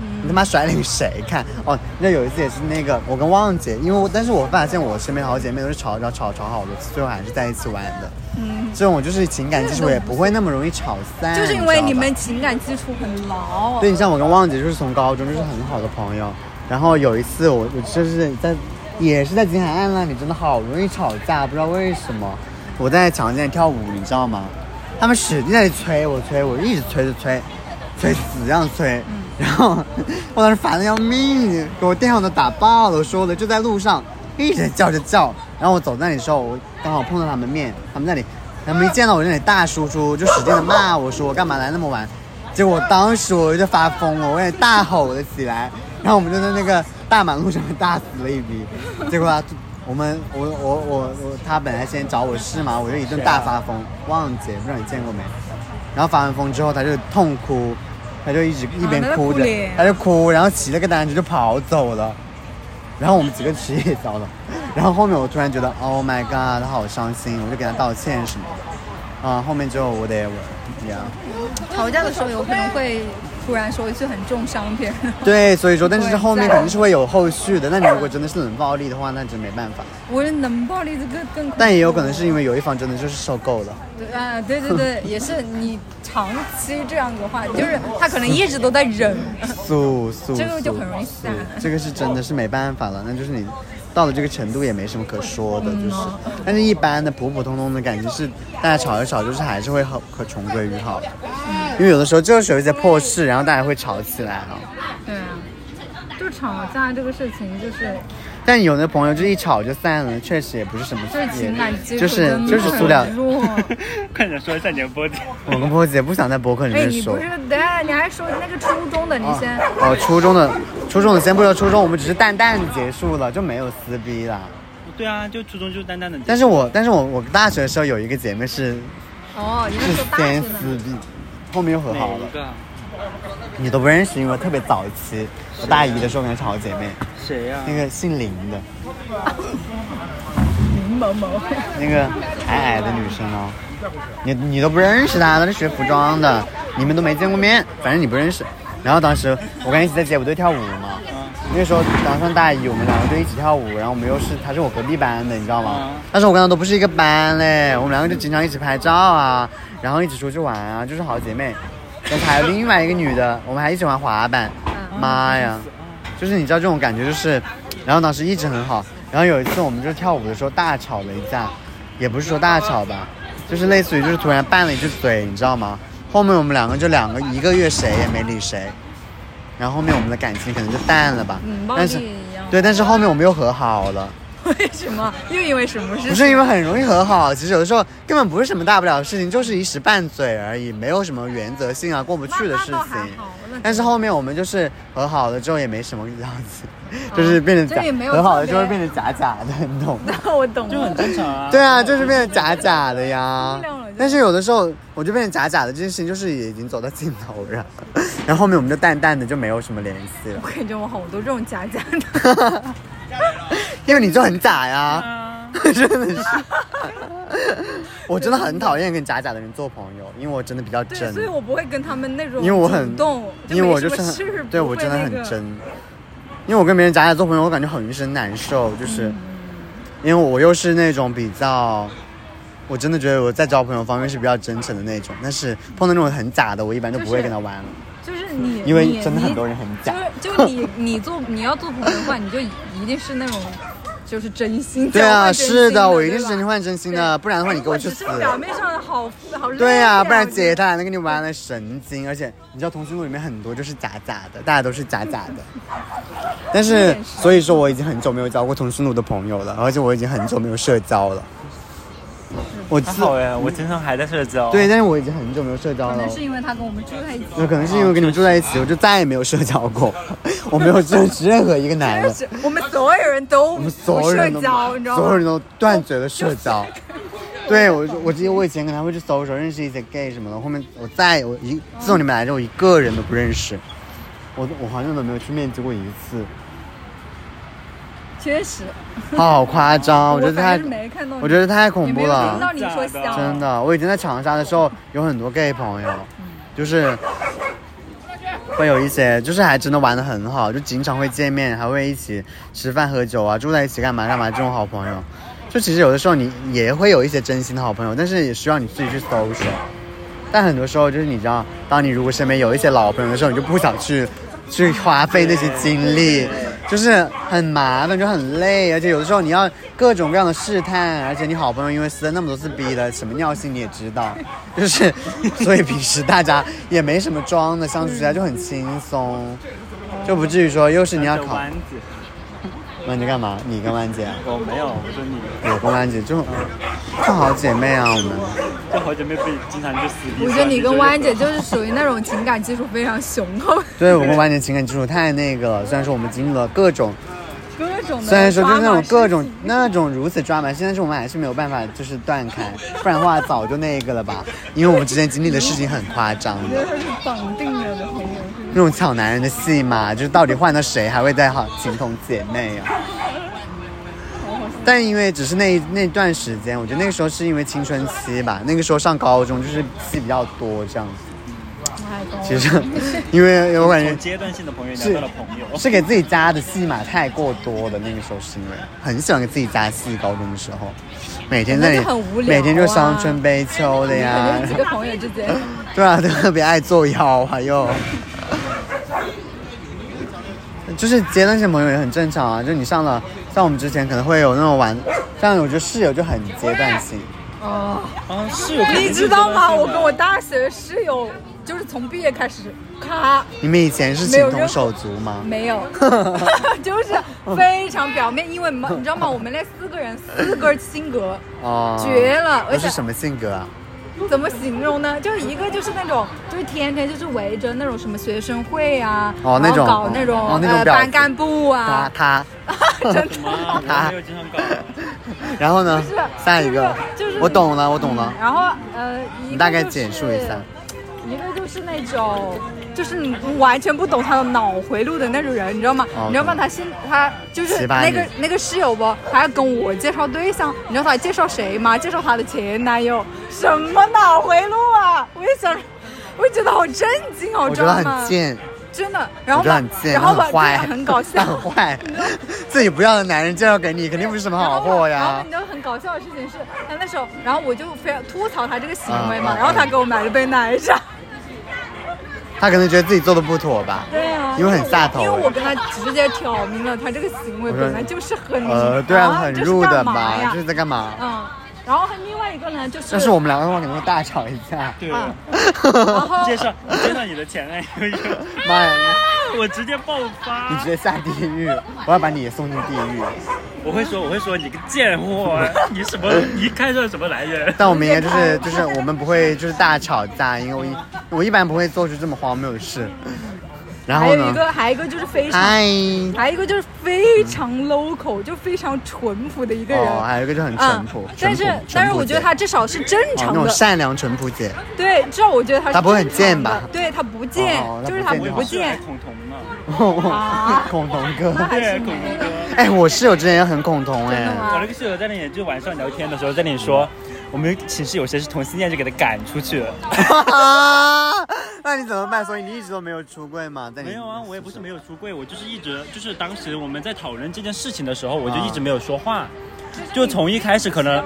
嗯你他妈甩脸给谁看？哦，那有一次也是那个我跟旺姐，因为我但是我发现我身边的好姐妹都是吵吵吵吵好多次，最后还是在一起玩的。嗯，这种就是情感基础也不会那么容易吵散，就是因为你知道们吧情感基础很牢，对你像我跟旺姐就是从高中就是很好的朋友，然后有一次我我就是在也是在金海岸那里，真的好容易吵架，不知道为什么。我在墙间跳舞，你知道吗？他们使劲在那里催我催我，一直催着催，催死这样催。然后 [laughs] 我当时烦的要命，给我电话都打爆了，说的就在路上一直叫着叫。然后我走那里的时候，我刚好碰到他们面，他们那里，他们一见到我那里大叔叔就使劲的骂我说我干嘛来那么晚。结果当时我就发疯了，我也大吼了起来，然后我们就在那个大马路上面大撕了一 [laughs] 逼。结果、啊、我们我我我我他本来先找我试嘛，我就一顿大发疯，旺姐不知道你见过没？然后发完疯之后，他就痛哭，他就一直一边啊那哭哭着，脸他就哭，然后骑了个单车就跑走了。然后我们几个其实也糟了， [laughs] 然后后面我突然觉得，Oh my god，他好伤心，我就给他道歉什么的。啊，后面就我得我呀。吵架的时候有可能会突然说一句很重伤别人的话。 [laughs] 对，所以说，但是对后面在肯定是会有后续的。那你如果真的是冷暴力的话，那真没办法。 [laughs] 我觉得冷暴力这个更恐怖，但也有可能是因为有一方真的就是受够了。对啊，对 [laughs] 对对，也是你长期这样子的话，就是他可能一直都 [laughs] 在忍，素素，这个就素很容易素散这个是真的是没办法了，那就是你到了这个程度也没什么可说的，就是。嗯但是一般的普普通通的感情是，大家吵一吵，就是还是会好可重归于好。因为有的时候就是有一些破事，然后大家会吵起来了。对啊，就吵架这个事情就是但有的朋友就一吵就散了，确实也不是什么就事是情情感基础就是真的就是塑料很。弱。快点说一下你的波姐，我跟波姐不想在博客里哎，面你说不。是等下你还说那个初中的，你先哦，初中的，初中的先不说，初中我们只是淡淡地结束了，就没有撕逼了。对啊，就初中就淡淡的，但是我，但是我，我大学的时候有一个姐妹是哦，你是是说大学先的撕逼，后面又和好了哪一。个？你都不认识，因为我特别早期，我大一的时候跟她是好姐妹，谁啊呀、那嗯个姓林的，林某某，那个矮矮的女生哦，你你都不认识她，她是学服装的，你们都没见过面，反正你不认识。然后当时我跟她一起在街舞队跳舞嘛，那时候刚上大一，我们两个就一起跳舞，然后我们又是她是我隔壁班的，你知道吗嗯？但是我跟她都不是一个班嘞，我们两个就经常一起拍照啊，然后一起出去玩啊，就是好姐妹。但是还有另外一个女的，我们还一起玩滑板，妈呀！嗯就是你知道这种感觉，就是，然后当时一直很好，然后有一次我们就跳舞的时候大吵了一架，也不是说大吵吧，就是类似于就是突然拌了一句嘴，你知道吗？后面我们两个就两个一个月谁也没理谁，然后后面我们的感情可能就淡了吧嗯冷，暴但力是一样。对，但是后面我们又和好了， [laughs] 为什么？又因为什么不事情？是因为很容易和好，其实有的时候根本不是什么大不了的事情，就是一时半嘴而已，没有什么原则性啊过不去的事那那倒还情。好 [laughs] 那但是后面我们就是和好了之后也没什么样子，就是变得就假，嗯也没有和好了特之后别变得假假的，你 [laughs] 懂吗？我懂就很了。正常啊。对啊，就是变得假假的呀 [laughs] 商量了就。但是有的时候我就变成假假的，这件事情就是已经走到尽头了， [laughs] 然后后面我们就淡淡的就没有什么联系了，我感觉我好多这种假假的，因为你就很假呀，啊。[laughs] 嗯真的是。我真的很讨厌跟假假的人做朋友，因为我真的比较 [laughs] 对，真，所以我不会跟他们那种因为我很主动，因为我就就没是什么事很对不我会真的那很个真，因为我跟别人假假做朋友，我感觉很浑身难受，就是、嗯因为我又是那种比较。我真的觉得我在交朋友方面是比较真诚的那种，但是碰到那种很假的，我一般都不就会是跟他玩了。就是你，因为你真的很你多人很假就是就你 [laughs] 你做你要做朋友的话，你就一定是那种就是真心。对交啊，换真心是的，我一定是真对心吧换真心的，对不然的话你给如果去只死是。表面上的好好 [laughs] 累对呀、 [laughs] 啊，不然姐姐他俩能跟你玩了神经，而且你知道同性录里面很多就是假假的，大家都是假假的。但是所以说我已经很久没有交过同性录的朋友了，而且我已经很久没有社交了。我还自好哎，我经常还在社交。对，但是我已经很久没有社交可了 [laughs] 能。是因为他跟我们住在一起。那可能是因为跟你们住在一起，我就再也没有社交过， [laughs] 我没有认识任何一个男就的，是我们所有人都我不们所有社 [laughs] 人都交，你知道所有吗？人都断绝了社 [laughs] 交。对我，我记得我以前可能还会去搜的时候认识一些 gay 什么的，后面我再我一自从你们来之后，我一个人都不认识，我我好像都没有去面基过一次，确实，好夸啊张，我觉得反太正是没看到你，我觉得太恐也没怖有了听。到你说香，真的，我以前在长沙的时候有很多 gay 朋友，就是会有一些，就是还真的玩的很好，就经常会见面，还会一起吃饭喝酒啊，住在一起干嘛干嘛这种好朋友。就其实有的时候你也会有一些真心的好朋友，但是也需要你自己去搜索。但很多时候就是你知道，当你如果身边有一些老朋友的时候，你就不想去 [laughs] 去花费那些精力，就是很麻烦，就很累，而且有的时候你要各种各样的试探，而且你好朋友因为撕了那么多次逼的，什么尿性你也知道，就是所以平时大家也没什么装的，相处起来就很轻松，就不至于说又是你要考弯子，那你干嘛？你跟万姐啊，我没有，我说你，我跟万姐就就好姐妹啊，我们。就好久没被经常去死逼。我觉得你跟弯姐就是属于那种情感基础非常雄厚，对我们晚点情感基础太那个了，虽然说我们经历了各种，各种的。虽然说就是那种各种那种如此抓马，现在是我们还是没有办法就是断开，不然的话早就那个了吧，因为我们之前经历的事情很夸张我觉的，得他是绑定了的朋友，那种抢男人的戏嘛，就是到底换到谁还会再好情同姐妹啊？但因为只是那一那段时间，我觉得那个时候是因为青春期吧，那个时候上高中就是戏比较多这样子。太高了 [laughs] 其实，因为我感觉从阶段性的朋友聊到了朋友。是给自己加的戏码太过多的，那个时候是因为很喜欢给自己加戏，高中的时候，每天在那里那就很无聊啊每天就伤春悲秋的 [laughs] 呀反正，几个朋友之间，对啊，特别爱作妖啊又。就是阶段性朋友也很正常啊，就你上了，像我们之前可能会有那种玩，像我觉得室友就很阶段性，哦，啊，是有。你知道吗？我跟我大学室友，就是从毕业开始，咔，你们以前是没情有同任何手足吗？[laughs] 没有，就是非常表面，因为嘛你知道吗？我们那四个人，四个性格哦，绝了，而都且是什么性格啊？怎么形容呢？就是一个就是那种，就是天天就是围着那种什么学生会啊，哦那然后种搞那种、哦那种婊呃子班干部他啊，他，真的。啊，我没有经常搞。啊 [laughs] 然后呢就是？下一个，就是就是我懂了，我懂了。然后呃，一个你大概就是简述一下。一个就是那种，就是你完全不懂他的脑回路的那种人，你知道吗？哦你知道吗？他现他就启是发那你个那个室友不，还要跟我介绍对象，你知道他介绍谁吗？介绍他的前男友，什么脑回路啊！我就想，我就觉得好震惊，好我觉得抓很马，贱，真的。然我后觉得吧很，贱，然后吧，很真的坏，很搞 [laughs] 笑，很 [laughs] 坏。自己不要的男人介绍给你，肯定不是什么然后好货然后呀你。知道很搞笑的事情是，他那时候，然后我就非要吐槽他这个行为嘛，嗯嗯然后他给我买了杯奶茶。他可能觉得自己做的不妥吧。 [laughs] 对啊因为很下头因为我跟他直接挑明了，他这个行为我说本来就是很呃，对啊，很这是入干的嘛嘛，呀就是在干嘛？嗯，然后还另外一个呢，就是要是我们两个的话，可能会大吵一架。对，啊，然后介绍介绍你的前男友。 [laughs] 妈呀， [laughs] 我直接爆发，你直接下地狱，我要把你也送进地狱。我会说，我会说你个贱货，啊你什么？你看上什么男人？但我们应该就是就是我们不会就是大吵架，因为我一我一般不会做出这么荒谬的事。然还后有一呢？哎个，还有一个就是非常，嗨，还有一个就是非常 local，就非常淳朴的一个人。嗯哦，还有一个就嗯很淳朴，但淳是朴但是我觉得他淳朴至姐少是正哦常那的，种善良淳朴姐，对，至少我觉得他是他不会很正常贱的吧对他不贱，哦他就是不他贱就好不贱，恐同呢？啊 [laughs] 恐同哥。对，恐同哥。哎，我室友之前也很恐同哎真的，吗我那个室友在那里，就晚上聊天的时候在那里说，我们寝室有谁是同性恋，就给他赶出去了。 [laughs] 那你怎么办？所以你一直都没有出柜吗？在你没有啊，我也不是没有。有出柜，我就是一直就是当时我们在讨论这件事情的时候，我就一直没有说话，就从一开始可能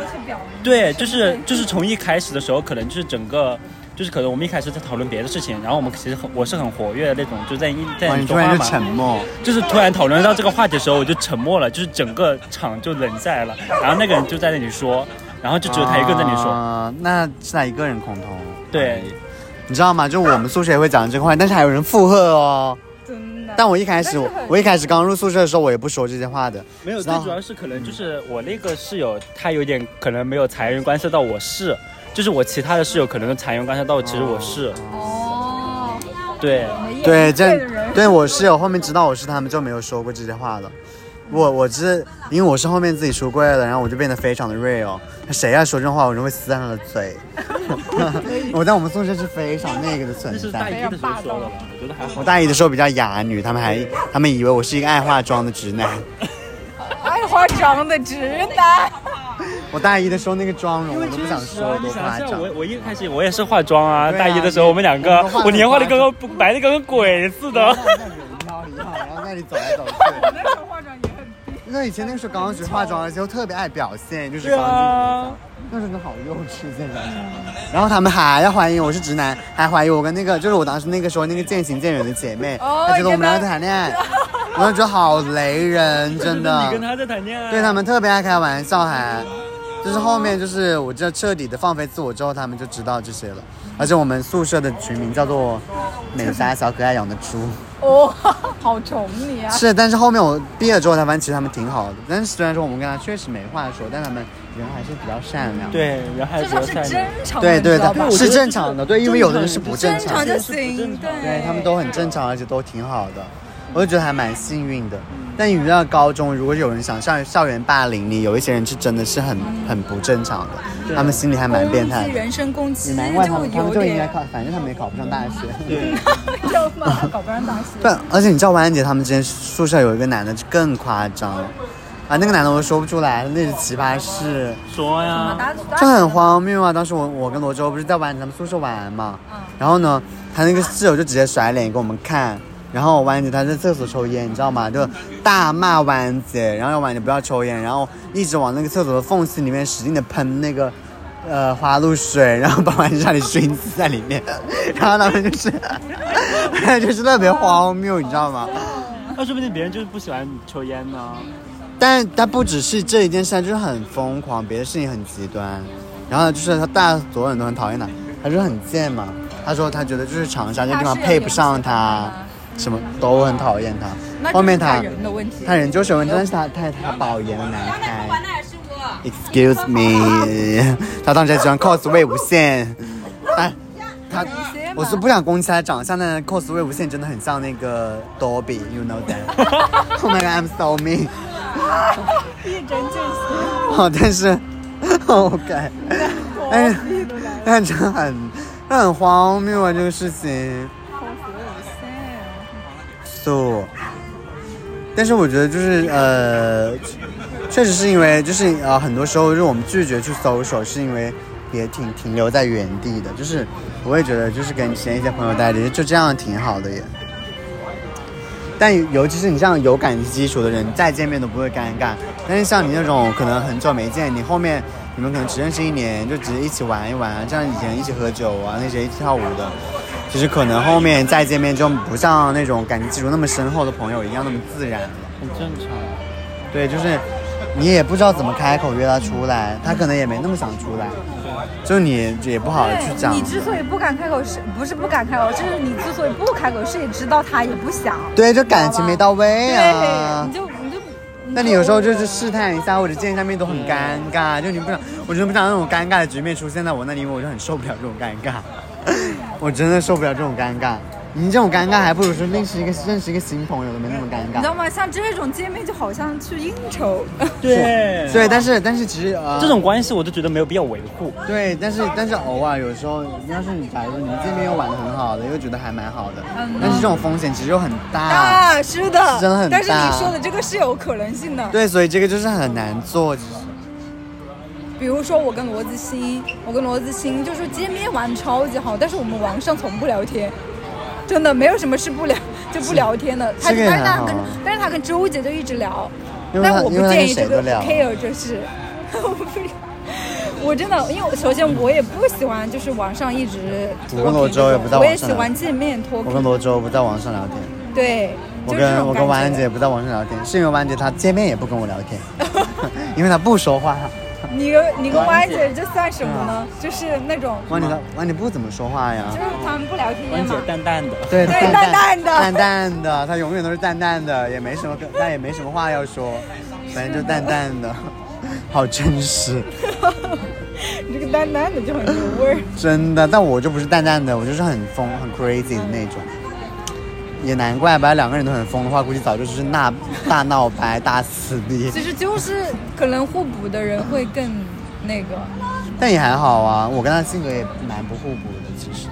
对，就是就是从一开始的时候，可能就是整个。就是可能我们一开始在讨论别的事情，然后我们其实很我是很活跃的那种，就在一在哇，哦你突说话然就嘛，沉默，就是突然讨论到这个话题的时候，我就沉默了，就是整个场就冷下来了。然后那个人就在那里说，然后就只有他一个人在那里说，啊那是他一个人恐同。哎对，你知道吗？就我们宿舍也会讲这个话，但是还有人附和哦。真的。但我一开始但我是很我一开始刚入宿舍的时候，我也不说这些话的。没有，知最道主要是可能就是我那个室友，他有点可能没有财源关涉到我室，就是我其他的室友可能财源关涉到其实我室，哦，对，对，这这个 [laughs] 人对我室友后面知道我是他们就没有说过这些话了。我我是因为我是后面自己出柜了，然后我就变得非常的 real，谁要说这种话，我就会撕烂他的 [laughs] 嘴。我在我们宿舍是非常那个的那存是大在。一的时候说的吧，我觉得还好我。大一的时候比较哑女，他们还他们以为我是一个爱化妆的直男。爱化妆的直男，我大一的时候那个妆容我都不想是说啊，有你多想夸一 [laughs] 下，张。我我一开始我也是化妆啊，对啊大一的时候我们两我个们化，得我脸化的跟很个白的跟个鬼似的。 [laughs] 像人妖一样，然后在那里走来走去。那时候化妆 [laughs] 也很那以前那个时候刚刚学化妆的时候，特别爱表现，就是对刚刚啊，那时候真的好幼稚，现在想想。然后他们还要怀疑我是直男，还怀疑我跟那个就是我当时那个时候那个渐行渐远的姐妹，哦她觉得我们你跟俩她在谈恋爱，我就觉得好雷人， [laughs] 真就是你的啊跟。他在谈恋爱，啊对他们特别爱开玩笑，还就是后面就是我这彻底的放飞自我之后，他们就知道这些了。而且我们宿舍的群名叫做“美莎小可爱养的猪”。哦，好宠你啊！是，但是后面我毕业之后才发现，其实他们挺好的。但是虽然说我们跟他确实没话说，但他们人还是比较善良。对，然后还就比是他较是善真良。诚的，对对你知道吧的，我觉得是就是正常的。对，因为有的人是不正正常常的，就就是不正行，常对他们都很正常，而且都挺好的。我就觉得还蛮幸运的。但你知道，高中如果有人想校校园霸凌你，有一些人是真的是很很不正常的，他们心里还蛮变态攻击的。人身攻击也难怪他们，他们有就应 [laughs] 该点考，反正他们也考不上大学。知道吗？搞不上大学。对，而且你知道婉姐他们之前宿舍有一个男的就更夸张，啊，那个男的我说不出来，那是奇葩事，说呀，打打 [laughs] 这很荒谬啊！当时我我跟罗周不是在婉姐他们宿舍玩嘛，然后呢，他那个室友就直接甩脸给我们看。然后婉姐她在厕所抽烟，你知道吗？就大骂婉姐，然后让婉姐不要抽烟，然后一直往那个厕所的缝隙里面使劲的喷那个，呃，花露水，然后把婉姐差点熏死在里面。 [laughs] 然后他们就是， [laughs] 就是特别荒谬，你知道吗？那说不定别人就是不喜欢你抽烟呢。但他不只是这一件事，他就是很疯狂，别的事情很极端。然后就是他大家所有人都很讨厌他，他就很贱嘛。他说他觉得就是长沙这地方配不上他，什么都很讨厌他。后面他人的问题，他人就是有问题，但是他他他保研了男孩。Excuse me，他当时还喜欢 cos 魏无羡，哎，他我是不想攻击他的长相，但是 cos 魏无羡真的很像那个 Dobby，you know that？Oh my god，I'm so mean。一针见血，哦，但是哦，OK，哎，但真的很，那很荒谬啊，这个事情。so，但是我觉得就是呃，确实是因为就是呃，很多时候就是我们拒绝去搜索，是因为也挺停留在原地的。就是我也觉得就是跟之前一些朋友待着，就这样挺好的也。但尤其是你像有感情基础的人，再见面都不会尴尬。但是像你那种可能很久没见，你后面你们可能只认识一年，就只是一起玩一玩啊，像以前一起喝酒啊，那些一起跳舞的，其实可能后面再见面就不像那种感情基础那么深厚的朋友一样那么自然了。很正常。对，就是你也不知道怎么开口约他出来，他可能也没那么想出来，就你也不好去对，讲你。之所以不敢开口是，不是不敢开口，就是你之所以不开口是也知道他也不想。对，就感情没到位对，啊你。就你就。那你有时候就是试探一下或者见一下面都很尴尬，就你不想，我真的不想让那种尴尬的局面出现在我那里，因为我就很受不了这种尴尬， [laughs] 我真的受不了这种尴尬。你这种尴尬还不如说认识一个认识一个新朋友都没那么尴你知尬道。吗？像这种见面就好像去应酬，对对，但是但是其实呃，这种关系我就觉得没有必要维护。对，但是但是偶尔有时候，要是你假如你们见面又玩的很好的，又觉得还蛮好的，嗯但是这种风险其实又很大。 [laughs] 啊，是的，是真的很但是大你说的这个是有可能性的，对，所以这个就是很难做，其实比如说我跟罗子欣，我跟罗子欣就是见面玩超级好，但是我们网上从不聊天，真的没有什么是不聊就不聊天的。他这个也但是很好他啊跟但是他跟周姐就一直聊，因为但他我不因为他建跟议谁这都个聊 care 就是 [laughs] 我不是。我真的，因为我首先我也不喜欢，就是网上一直我跟罗周也不在我网也上喜聊欢见面脱我跟贫，罗周不在网上聊天，对，我就是这跟种我感跟觉婉安姐也不在网上聊天，是因为婉安姐她见面也不跟我聊 [laughs] 天，因为她不说话。你跟你跟关歪系姐这算什么呢？嗯就是那种，婉姐她婉姐不怎么说话呀就。是他们不聊天关姐嘛。淡淡的，对，对淡淡淡的淡淡的，她永远都是淡淡的，也没什么可，但也没什么话要说，反正就淡淡的， [laughs] 好真实。你这个淡淡的就很有 [laughs] 味儿。真的，但我就不是淡淡的，我就是很疯、很 crazy 的那种。也难怪吧，两个人都很疯的话，估计早就是大大闹掰、大撕逼。其实就是可能互补的人会更那个，但也还好啊，我跟他性格也蛮不互补的，其实。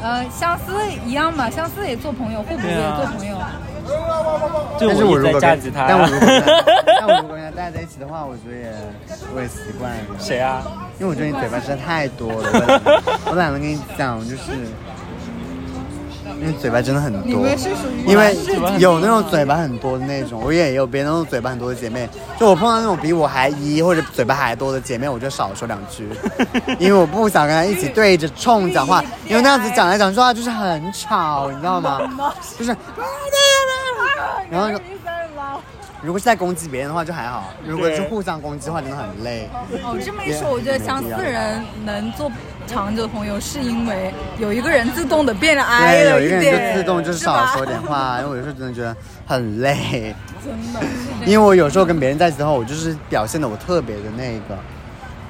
呃，相思一样嘛，相思也做朋友，互补也做朋友。啊就但是我一如直在果架跟吉，他。但我如果跟 [laughs] 他，但我如果跟他待在一起的话，我觉得也我也习惯了， [laughs] 谁啊？因为我觉得你嘴巴实在太多了，我懒得我懒得跟你讲，就是。因为嘴巴真的很多，你们是属于因为是有那种嘴巴很多的那种，我也有别人那种嘴巴很多的姐妹。就我碰到那种比我还一或者嘴巴还多的姐妹，我就少说两句，因为我不想跟她一起对着冲讲话，因为那样子讲来讲去话就是很吵，你知道吗？就是， [laughs] 然后就如果是在攻击别人的话就还好，如果是互相攻击的话真的很累。哦，这么一说，我觉得相思人能做长久的朋友，是因为有一个人自动的变得 I 对，有了一个人哎点，就自动就是吧少说点话，因为我有时候真的觉得很累。 [laughs] 真的因为我有时候跟别人在一起的话，我就是表现的我特别的那个，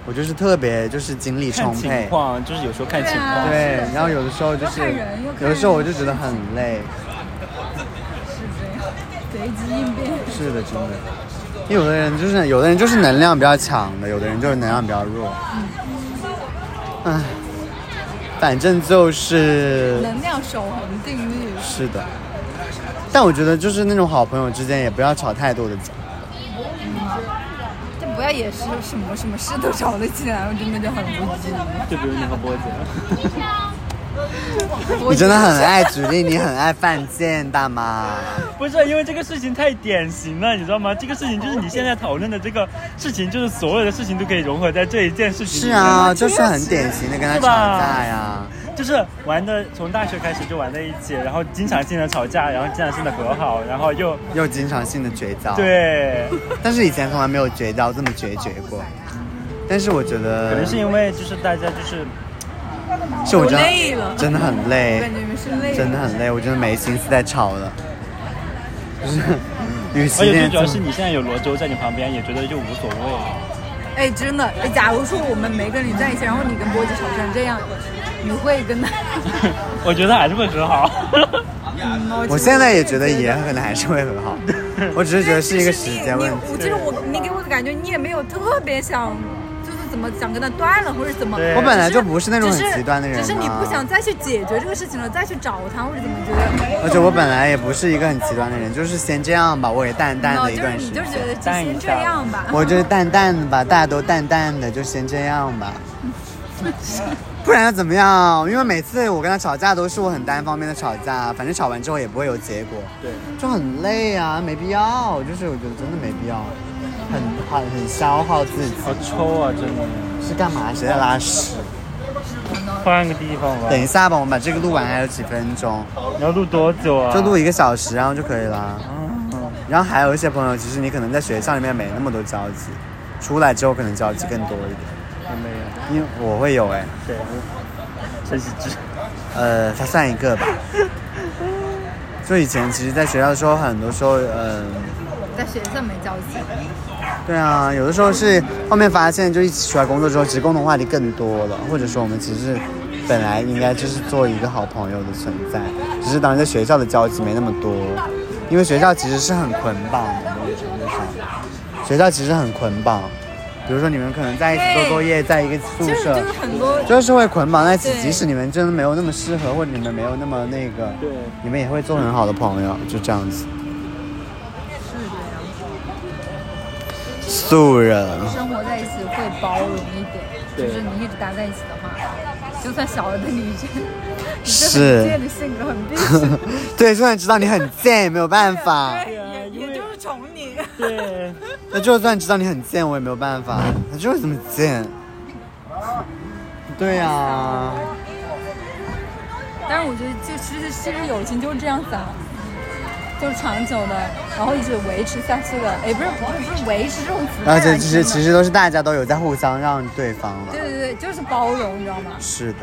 我就是特别就是精力充看情沛，况，就是有时候看情况。对，啊然后有的时候就是要看人要看人有的时候我就觉得很累，随机应变。是的，真的。因为有的人就是有的人就是能量比较强的，有的人就是能量比较弱。唉，反正就是能量守恒定律，是的。但我觉得就是那种好朋友之间也不要吵太多的架，这不要也是什么什么事都吵得起来，我真的就很无语。就比如你和波姐，你真的很爱举例，你很爱犯贱，大妈。 [laughs] 不是因为这个事情太典型了，你知道吗？这个事情就是你现在讨论的这个事情，就是所有的事情都可以融合在这一件事情。是，啊，就是很典型的跟他吵架呀。就是玩的从大学开始就玩在一起，然后经常性的吵架，然后经常性的和好，然后又又经常性的绝交，，对，但是以前从来没有绝交这么决绝过。但是我觉得，可能是因为就是大家就是是我真我累了的真的很我累感，觉你们是累了真的很累，我真的没心思再吵了。就是，与而其那且最样主要是你现在有罗周在你旁边，也觉得就无所谓 [laughs] 了。哎，真的，哎，假如说我们没跟你在一起，然后你跟波姐吵成这样，你会跟他？我觉得还是会和好。我现在也觉得也可能还是会很好，我只是觉得是一个时间问你我题。就是我，你给我的感觉，你也没有特别想，就是怎么想跟他断了，或者怎么。对我本来只是就不是那种很极端的人、啊，只是只是你不想再去解决这个事情了，再去找他或者怎么觉得。而且我本来也不是一个很极端的人，就是先这样吧，我也淡淡哦的一就是段时你间。就是觉得就淡一先这下样吧。嗯我就是淡淡的吧，大家都淡淡的，就先这样吧。不然要怎么样？因为每次我跟他吵架都是我很单方面的吵架，反正吵完之后也不会有结果，对，就很累啊，没必要。就是我觉得真的没必要，很很很消耗自己。好抽啊，真的。是干嘛？谁在拉屎？换个地方吧。等一下吧，我们把这个录完还有几分钟，你要录多久啊？就录一个小时，然后就可以了。嗯。然后还有一些朋友，其实你可能在学校里面没那么多交集，出来之后可能交集更多一点。我没有，因为我会有哎、对，这是只呃，他算一 [laughs] 个吧。嗯就以前其实，在学校的时候，很多时候，嗯、在学校没交集。对啊，有的时候是后面发现，就一起出来工作之后，其实共同话题更多了，或者说我们其实本来应该就是做一个好朋友的存在，只是当时在学校的交集没那么多，因为学校其实是很捆绑的，我觉得是，学校其实很捆绑，比如说你们可能在一起做作业，在一个宿就是舍就。是很多就是会捆绑在一起，对即使你们真的没有那么适合，或者你们没有那么那个，对，你们也会做很好的朋友，就这样子。素人， [laughs] 生活在一起会包容一点，对就是你一直待在一起的话，就算小的女生，你是这很贱的性格很必须。对，虽然知道你很贱，也没有办法。对，也也就是宠你。对，那就算知道你很贱，我也没有办法。他就是这么贱。对呀、但是我觉得，就其实其实友情就是这样子啊，就是长久的，然后一直维持下去的。也不是不是维持这种词，而且其实其实都是大家都有在互相让对方了对。对对，就是包容，你知道吗？是的，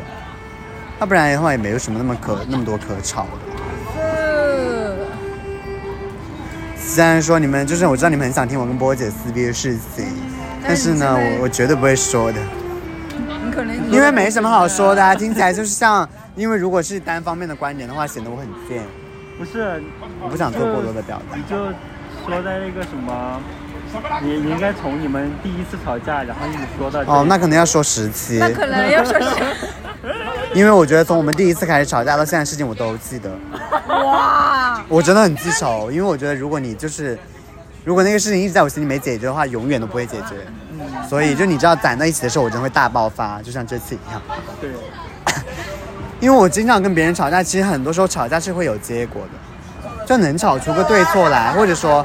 要不然的话也没有什么那么可那么多可吵的。呃，虽然说你们就是我知道你们很想听我跟波姐撕逼的事情，但是嗯呢，但是你现在嗯我我绝对不会说的。你可能因为没什么好说的、啊，听起来就是像，因为如果是单方面的观点的话，显得我很贱。不是，我不想做过多的表达嗯你。就说在那个什么，你你应该从你们第一次吵架，然后一直说到哦，那个可能要说十期，那可能要说是因为我觉得从我们第一次开始吵架到现在的事情我都记得，哇，我真的很记仇，因为我觉得如果你就是，如果那个事情一直在我心里没解决的话，永远都不会解决。嗯所以就你知道攒在一起的时候，我真的会大爆发，就像这次一样。对，因为我经常跟别人吵架，其实很多时候吵架是会有结果的，就能吵出个对错来，或者说，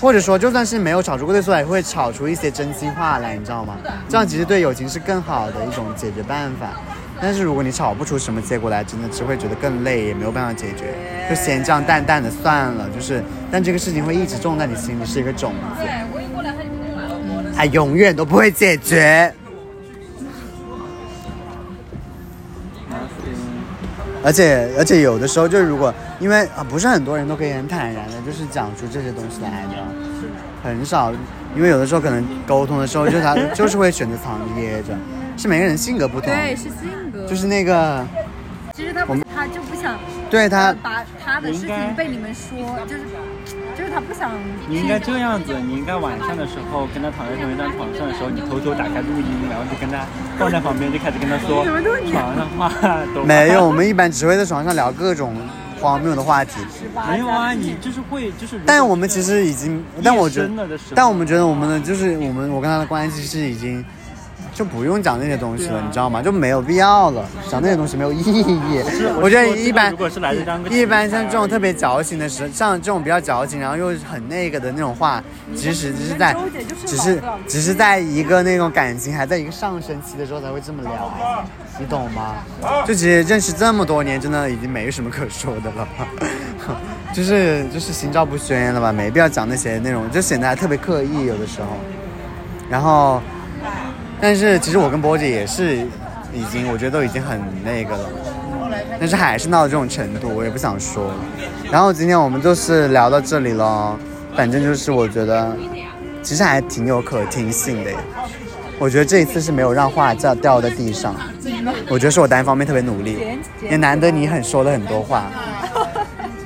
或者说就算是没有吵出个对错来，也会吵出一些真心话来，你知道吗？这样其实对友情是更好的一种解决办法。但是如果你吵不出什么结果来，真的只会觉得更累，也没有办法解决，就先这样淡淡的算了。就是，但这个事情会一直种在你心里，是一个种子，它永远都不会解决。而且而且有的时候就是如果因为啊不是很多人都可以很坦然的，就是讲出这些东西来的，很少，因为有的时候可能沟通的时候就他 [laughs] 就是会选择藏着掖着，是每个人性格不同，对，是性格，就是那个其实他不，他就不想对他把他的事你应该情被你们说，就是就是他不想你应该这样子，你应该晚上的时候跟他躺在同一张床上的时候，你偷偷打开录音，然后就跟他放在旁边，就开始跟他说床上话都 [laughs] 没有，我们一般只会在床上聊各种荒谬的话题，没有啊，你就是会就是，但我们其实已经，但我觉嗯夜深了的时候但我们觉得我们的就是我们我跟他的关系是已经就不用讲那些东西了，对啊你知道吗？就没有必要了，讲那些东西没有意义是。我我觉得说一般如果是来自当个一一般像题材这种而已特别矫情的时，像这种比较矫情，然后又很那个的那种话，其实只是在周姐就是只是老的只是在一个那种感情还在一个上升期的时候才会这么聊，你懂吗？就其实认识这么多年，真的已经没什么可说的了， [laughs] 就是就是心照不宣了吧，没必要讲那些内容，就显得还特别刻意有的时候。然后，但是其实我跟波姐也是已经，我觉得都已经很那个了。但是还是闹到这种程度，我也不想说了。然后今天我们就是聊到这里了，反正就是我觉得其实还挺有可听性的耶。我觉得这一次是没有让话掉掉在地上，我觉得是我单方面特别努力，也难得你很说了很多话。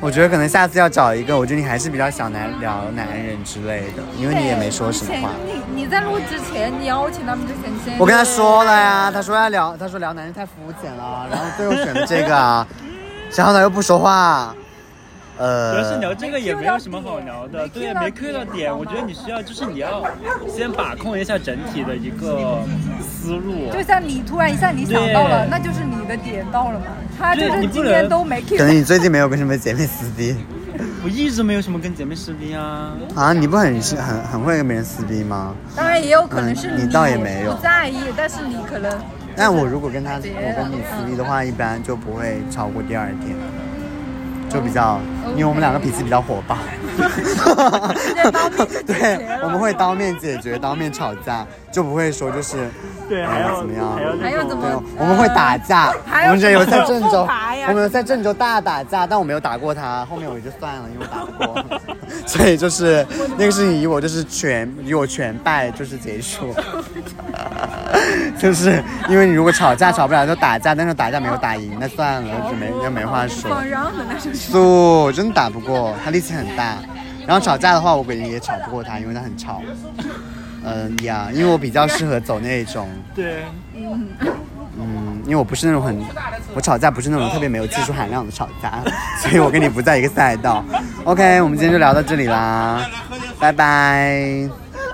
我觉得可能下次要找一个，我觉得你还是比较想男聊男人之类的，因为你也没说什么话。你你在录之前，你邀请他们之前先，我跟他说了呀，他说要聊，他说聊男人太肤浅了，然后最后选的这个 [laughs] 啊，然后他又不说话，主要是呃聊，这个也没有什么好聊的，对，没 Q 到点。我觉得你需要就是你要先把控一下整体的一个思路，就像你突然一下你想到了，对那就是你的点到了嘛。他就对是你不今能天都没 Q 可能你最近没有跟什么姐妹撕逼我一直没有什么跟姐妹撕逼啊，啊？你不很是很很会跟别人撕逼吗？当然也有可能是嗯你倒也没有不在意，但是你可能但我如果跟他我跟你撕逼的话，一般哦 [laughs] 就不会超过第二天，就比较，因为我们两个脾气比较火爆，在当面就解对决，了我们会当面解决，当面吵架，就不会说就是对，哎还要怎么样还要那还要种怎么对，哦我们会打架。 [laughs] 还我有们之前有在什么郑州复牌呀，我们有在郑州大打架，但我没有打过他。后面我就算了，因为我打不过。 [laughs] 所以就是那个事情以我就是全以我全败就是结束。 [laughs] 就是因为你如果吵架吵不了就打架，但是打架没有打赢，那算了，就没就没话说。放让的那种。素真的打不过，他力气很大。然后吵架的话，我肯定也吵不过他，因为他很吵。嗯呀，因为我比较适合走那种，对，嗯，因为我不是那种很，我吵架不是那种特别没有技术含量的吵架， [laughs] 所以我跟你不在一个赛道。OK，我们今天就聊到这里啦，拜拜。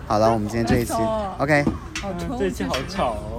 好了，我们今天这一期 OK。 [laughs] 这期好吵哦。